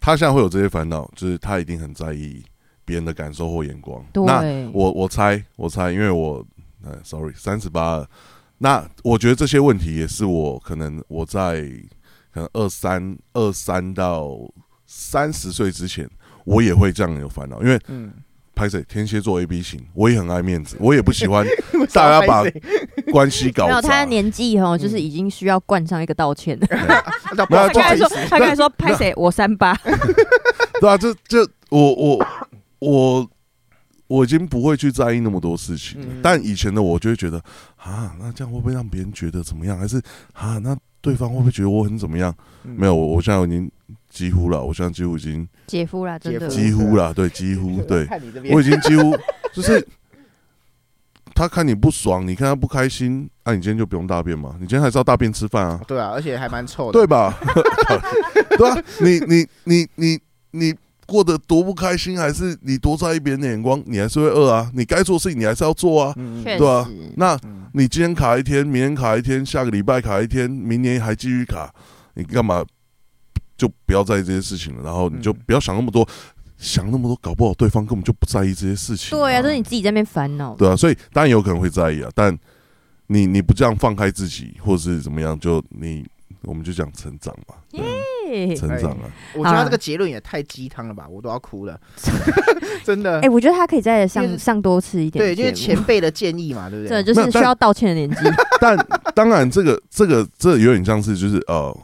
Speaker 3: 他现在会有这些烦恼，就是他一定很在意别人的感受或眼光。那
Speaker 1: 对，
Speaker 3: 我我猜我猜，因为我呃，sorry，三十八了。那我觉得这些问题也是我可能我在可能二三二三到三十岁之前，我也会这样有烦恼，因为
Speaker 2: 嗯，
Speaker 3: 拍谁天蝎座 A B 型，我也很爱面子，我也不喜欢大家把关系搞
Speaker 1: 没有，他
Speaker 3: 砸
Speaker 1: 的。年纪哦，
Speaker 3: 嗯
Speaker 1: 就是已经需要冠上一个道 歉。
Speaker 2: 那不
Speaker 3: 没
Speaker 1: 他
Speaker 3: 有
Speaker 2: 好
Speaker 1: 刚才
Speaker 2: 意
Speaker 1: 说，
Speaker 2: 思，
Speaker 1: 他刚才说拍谁？我三八。
Speaker 3: 对啊，这这我我我我已经不会去在意那么多事情了。
Speaker 2: 嗯
Speaker 3: 但以前的我就会觉得啊，那这样会不会让别人觉得怎么样？还是啊，那对方会不会觉得我很怎么样？没有，我我现在已经几乎了，我现在几乎已经
Speaker 1: 姐夫啦，真的
Speaker 2: 姐夫
Speaker 3: 几乎了，嗯对，几乎对。
Speaker 2: 看你这
Speaker 3: 我
Speaker 2: 边
Speaker 3: 已经几乎就是他看你不爽，你看他不开心，那、你今天就不用大便嘛，你今天还是要大便吃饭啊，
Speaker 2: 对啊，而且还蛮臭的，
Speaker 3: 对吧？ 对啊，你你你你你过得多不开心，还是你多在意别人的眼光，你还是会饿啊，你该做的事情你还是要做啊。
Speaker 2: 嗯，嗯
Speaker 1: 确
Speaker 3: 对啊
Speaker 1: 实。
Speaker 3: 那
Speaker 2: 嗯
Speaker 3: 你今天卡一天，明天卡一天，下个礼拜卡一天，明年还继续卡，你干嘛就不要在意这些事情了？然后你就
Speaker 2: 嗯
Speaker 3: 不要想那么多，想那么多，搞不好对方根本就不在意这些事情、
Speaker 1: 对啊，都是你自己在那边烦恼。
Speaker 3: 对啊，所以当然有可能会在意啊，但你你不这样放开自己，或是怎么样，就你我们就讲成长嘛，对
Speaker 1: 嘿
Speaker 3: 成长啊，
Speaker 2: 我觉得
Speaker 1: 好
Speaker 2: 他
Speaker 1: 啊
Speaker 2: 这个结论也太鸡汤了吧，我都要 哭了， 真的
Speaker 1: 哎，。我觉得他可以再
Speaker 2: 因
Speaker 1: 上
Speaker 2: 为
Speaker 1: 上多次一点的
Speaker 2: 对，就
Speaker 1: 节目。
Speaker 2: 是前辈的建议嘛，对不
Speaker 1: 真的
Speaker 2: 对？
Speaker 1: 就
Speaker 3: 没有
Speaker 1: 是需
Speaker 3: 但
Speaker 1: 要道歉的年纪。
Speaker 3: 但当然这个这个这有点像是就是呃，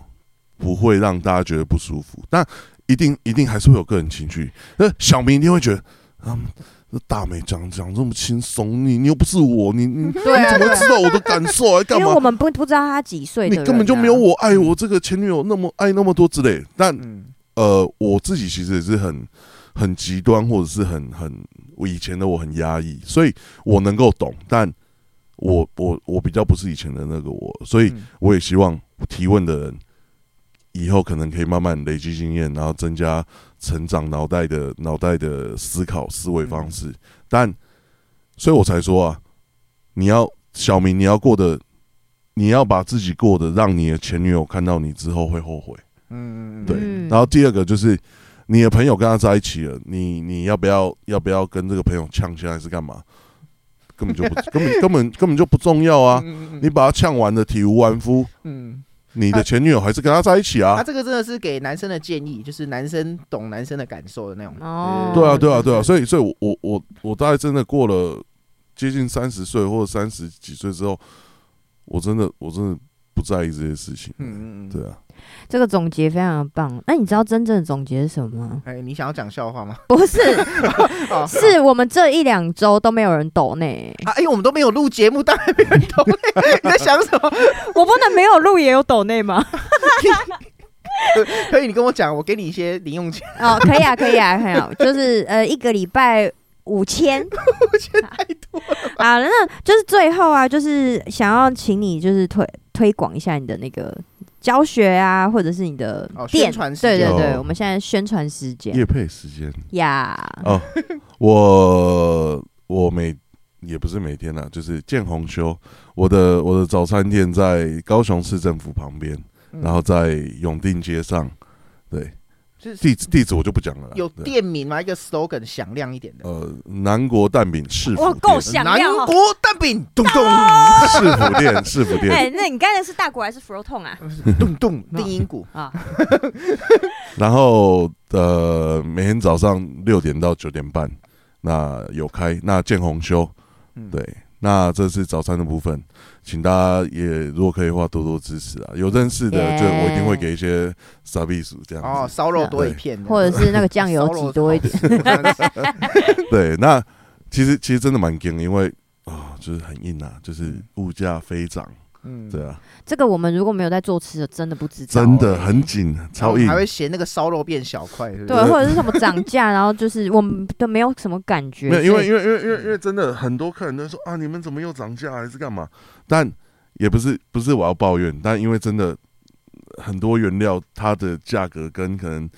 Speaker 3: 不会让大家觉得不舒服，但一定一定还是会有个人情绪。那小明一定会觉得啊。这大美讲讲这么轻松，你你又不是我，你你
Speaker 1: 对啊
Speaker 3: 你怎么会知道我的感受啊？
Speaker 1: 因
Speaker 3: 干
Speaker 1: 为
Speaker 3: 嘛
Speaker 1: 我？们不不知道他几岁的
Speaker 3: 你
Speaker 1: 人啊，
Speaker 3: 根本就没有我爱我这个前女友那么爱那么多之类。但
Speaker 2: 嗯，
Speaker 3: 呃，我自己其实也是很很极端，或者是很很我以前的我很压抑，所以我能够懂，但我我我比较不是以前的那个我，所以
Speaker 2: 嗯
Speaker 3: 我也希望提问的人以后可能可以慢慢累积经验，然后增加成长脑袋的脑袋的思考思维方式，
Speaker 2: 嗯
Speaker 3: 但所以我才说啊，你要小明，你要过得。你要把自己过得让你的前女友看到你之后会后悔，
Speaker 2: 嗯，嗯嗯
Speaker 3: 对
Speaker 1: 嗯
Speaker 3: 然后第二个就是你的朋友跟他在一起了，你你要不要要不要跟这个朋友呛起来是干嘛？根本就 不根本根本根本就不重要啊！
Speaker 2: 嗯嗯
Speaker 3: 你把他呛完的体无完肤，
Speaker 2: 嗯，
Speaker 3: 你的前女友还是跟他在一起
Speaker 2: 他
Speaker 3: 啊？
Speaker 2: 这个真的是给男生的建议，就是男生懂男生的感受的那种。
Speaker 1: 哦
Speaker 3: 对啊，对啊，对啊！所以所以我，我我我大概真的过了接近三十岁或者三十几岁之后，我真的我真的不在意这些事情。嗯，
Speaker 2: 嗯嗯嗯，
Speaker 3: 对。啊，
Speaker 1: 这个总结非常的棒。那你知道真正的总结是什么吗？
Speaker 2: 哎，你想要讲笑话吗？
Speaker 1: 不是，
Speaker 2: 哦
Speaker 1: 是我们这一两周都没有人抖内，
Speaker 2: 啊，因为我们都没有录节目，当然没人懂。 你在想 什么？
Speaker 1: 我不能没有录也有抖内吗？
Speaker 2: 可以，你跟我讲，我给你一些零用钱。
Speaker 1: 哦，可以啊，可以啊，可以啊，就是呃，一个礼拜五千，五千太多了啊。那就是最后啊，就是想要请你就是推推广一下你的那个教学啊，或者是你的
Speaker 2: 哦
Speaker 1: 店，
Speaker 2: 宣传时
Speaker 1: 对
Speaker 2: 间
Speaker 1: 对对，
Speaker 3: 哦
Speaker 1: 我们现在宣传时间
Speaker 3: 夜配时间
Speaker 1: 呀，
Speaker 3: 哦，我我每也不是每天啦，就是见红修。我的我的早餐店在高雄市政府旁边，
Speaker 2: 嗯
Speaker 3: 然后在永定街上。对，
Speaker 2: 就是
Speaker 3: 地址地址我就不讲了啊啦。
Speaker 2: 有
Speaker 3: 对
Speaker 2: 店名嘛，一个 slogan 响亮一点的。
Speaker 3: 呃，南国蛋饼市
Speaker 1: 哇
Speaker 3: 府
Speaker 1: 够
Speaker 3: 店，
Speaker 1: 香响
Speaker 2: 南
Speaker 1: 亮哦
Speaker 2: 国蛋饼，咚 咚
Speaker 3: 市府店，市府店。
Speaker 1: 哎，那你刚才是大鼓还是 f r o t o n 啊？
Speaker 2: 咚咚，定音鼓。
Speaker 1: 啊，
Speaker 3: 然后呃，每天早上六点到九点半，那有开，那见红修。
Speaker 2: 嗯
Speaker 3: 对，那这是早餐的部分，请大家也如果可以的话多多支持啊。有认识的，
Speaker 1: Yeah
Speaker 3: 就我一定会给一些傻逼鼠这样
Speaker 2: 哦，
Speaker 3: 子。
Speaker 2: 烧肉多一片，
Speaker 1: 或者是那个酱油
Speaker 2: 烧肉
Speaker 1: 挤多一点，
Speaker 3: 对，那其实其实真的蛮硬，因为啊、就是很硬啊，就是物价飞涨，
Speaker 2: 嗯，
Speaker 3: 对啊，
Speaker 1: 这个我们如果没有在做吃的，真的不知道。欸
Speaker 3: 真的
Speaker 2: 嗯
Speaker 3: 很紧，
Speaker 2: 然后
Speaker 3: 超硬
Speaker 2: 还。会嫌那个烧肉变小块，对不
Speaker 1: 对，
Speaker 2: 对？
Speaker 1: 或者是什么涨价，然后就是我们都没有什么感觉。
Speaker 3: 没有，因
Speaker 1: 所以
Speaker 3: 为因为因为因为因为真的很多客人都说啊，你们怎么又涨价还是干嘛？但也不是不是我要抱怨，但因为真的很多原料它的价格跟可能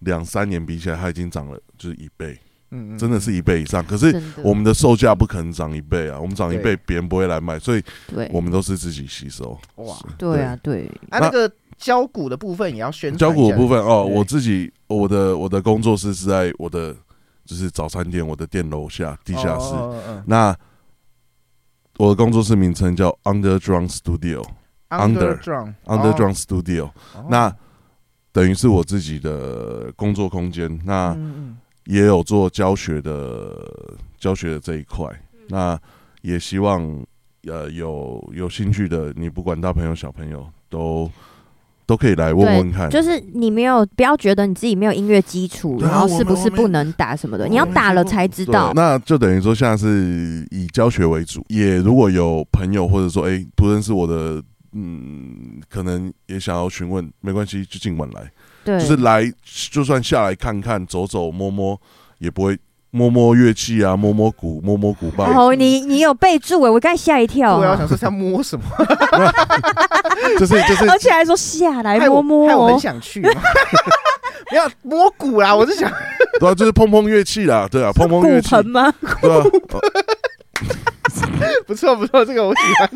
Speaker 3: 两三年比起来，它已经涨了就是一倍，
Speaker 2: 嗯，嗯
Speaker 3: 真的是一倍以上。可是
Speaker 1: 真的
Speaker 3: 我们的售价不可能涨一倍啊，我们涨一
Speaker 2: 对
Speaker 3: 倍别人不会来买，所以
Speaker 1: 对
Speaker 3: 我们都是自己吸收。
Speaker 2: 嗯哇。
Speaker 1: 对啊对，
Speaker 2: 啊，那个交股的部分也要宣传一下。
Speaker 3: 交股的部分哦，
Speaker 2: 对
Speaker 3: 我自己我的我的工作室是在我
Speaker 2: 哦
Speaker 3: 的就是早餐店我的店楼下地下室。
Speaker 2: 哦，哦哦哦
Speaker 3: 那我的工作室名称叫 Underground Studio。Under
Speaker 2: Underground
Speaker 3: Underground Studio，、
Speaker 2: 哦
Speaker 3: 那等于是我自己的工作空间，那
Speaker 2: 嗯
Speaker 3: 也有做教学的教学的这一块，
Speaker 2: 嗯
Speaker 3: 那也希望呃有有兴趣的，你不管大朋友小朋友都都可以来问问看，
Speaker 1: 就是你没有不要觉得你自己没有音乐基础，
Speaker 3: 哎对啊
Speaker 1: 然后是不
Speaker 3: 我
Speaker 1: 是
Speaker 3: 们我
Speaker 1: 不
Speaker 3: 们
Speaker 1: 能打什么的，
Speaker 3: 我
Speaker 1: 你要
Speaker 3: 们
Speaker 1: 打了
Speaker 3: 就
Speaker 1: 才知
Speaker 3: 对
Speaker 1: 道。
Speaker 3: 那就等于说现在是以教学为主，也如果有朋友或者说哎、不认识我的。嗯，可能也想要询问，没关系，就尽管来。
Speaker 1: 对，
Speaker 3: 就是来，就算下来看看、走走、摸摸，也不会摸摸乐器啊，摸摸鼓、摸摸鼓棒。
Speaker 1: 哦，你你有备注哎，我刚才吓一跳
Speaker 2: 嗯，对啊，我
Speaker 1: 哦，
Speaker 2: 想说是要摸什么，
Speaker 3: 就是就 是
Speaker 1: 而且还说下来
Speaker 2: 害
Speaker 1: 摸
Speaker 2: 我
Speaker 1: 摸
Speaker 2: 害我很
Speaker 1: 哦，
Speaker 2: 想去。不要摸骨啦！我是想，
Speaker 3: 对啊，就是碰碰乐器啦，对啊，碰碰乐
Speaker 1: 骨
Speaker 3: 器，
Speaker 1: 盆吗？
Speaker 3: 对啊，哦
Speaker 2: 不错不错，这个我喜欢。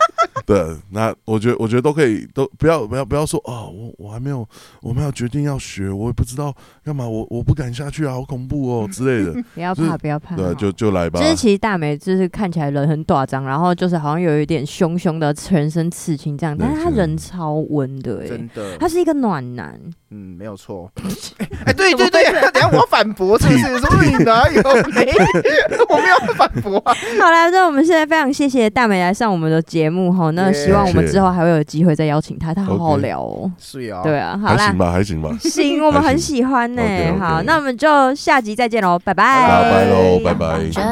Speaker 3: 对。那我觉得，我觉得都可以，都不要不要不要说啊，我我还没有，我没有决定要学，我也不知道干嘛，我我不敢下去啊，好恐怖哦之类的。
Speaker 1: 不要
Speaker 3: 就是
Speaker 1: 怕，不要怕，
Speaker 3: 对啊，就就来吧
Speaker 1: 就。是其实大美就是看起来人很大张，然后就是好像有一点凶凶的，全身刺青这样，
Speaker 3: 对
Speaker 1: 但是他
Speaker 3: 真的
Speaker 1: 人超温的哎、
Speaker 2: 真的
Speaker 1: 他，是一个暖男，
Speaker 2: 嗯，没有错。哎，对对对， 等一下我要反驳这个事情，说你哪有没 有？我没有反驳啊。
Speaker 1: 好啦，那我们现在非常谢谢大美来上我们的节目哈，那
Speaker 2: Yeah
Speaker 1: 希望我们
Speaker 3: 是
Speaker 1: 之后还会有机会再邀请他，他好好
Speaker 3: OK
Speaker 1: 聊哦、
Speaker 2: 是啊，
Speaker 1: 对啊，好
Speaker 3: 还
Speaker 1: 啦
Speaker 3: 行，吧，还行吧。
Speaker 1: 行，我们
Speaker 3: 还
Speaker 1: 很
Speaker 3: 行
Speaker 1: 喜欢呢、
Speaker 3: OK，OK
Speaker 1: 哎好，那我们就下集再见喽，拜拜，
Speaker 3: 好，拜喽，拜拜。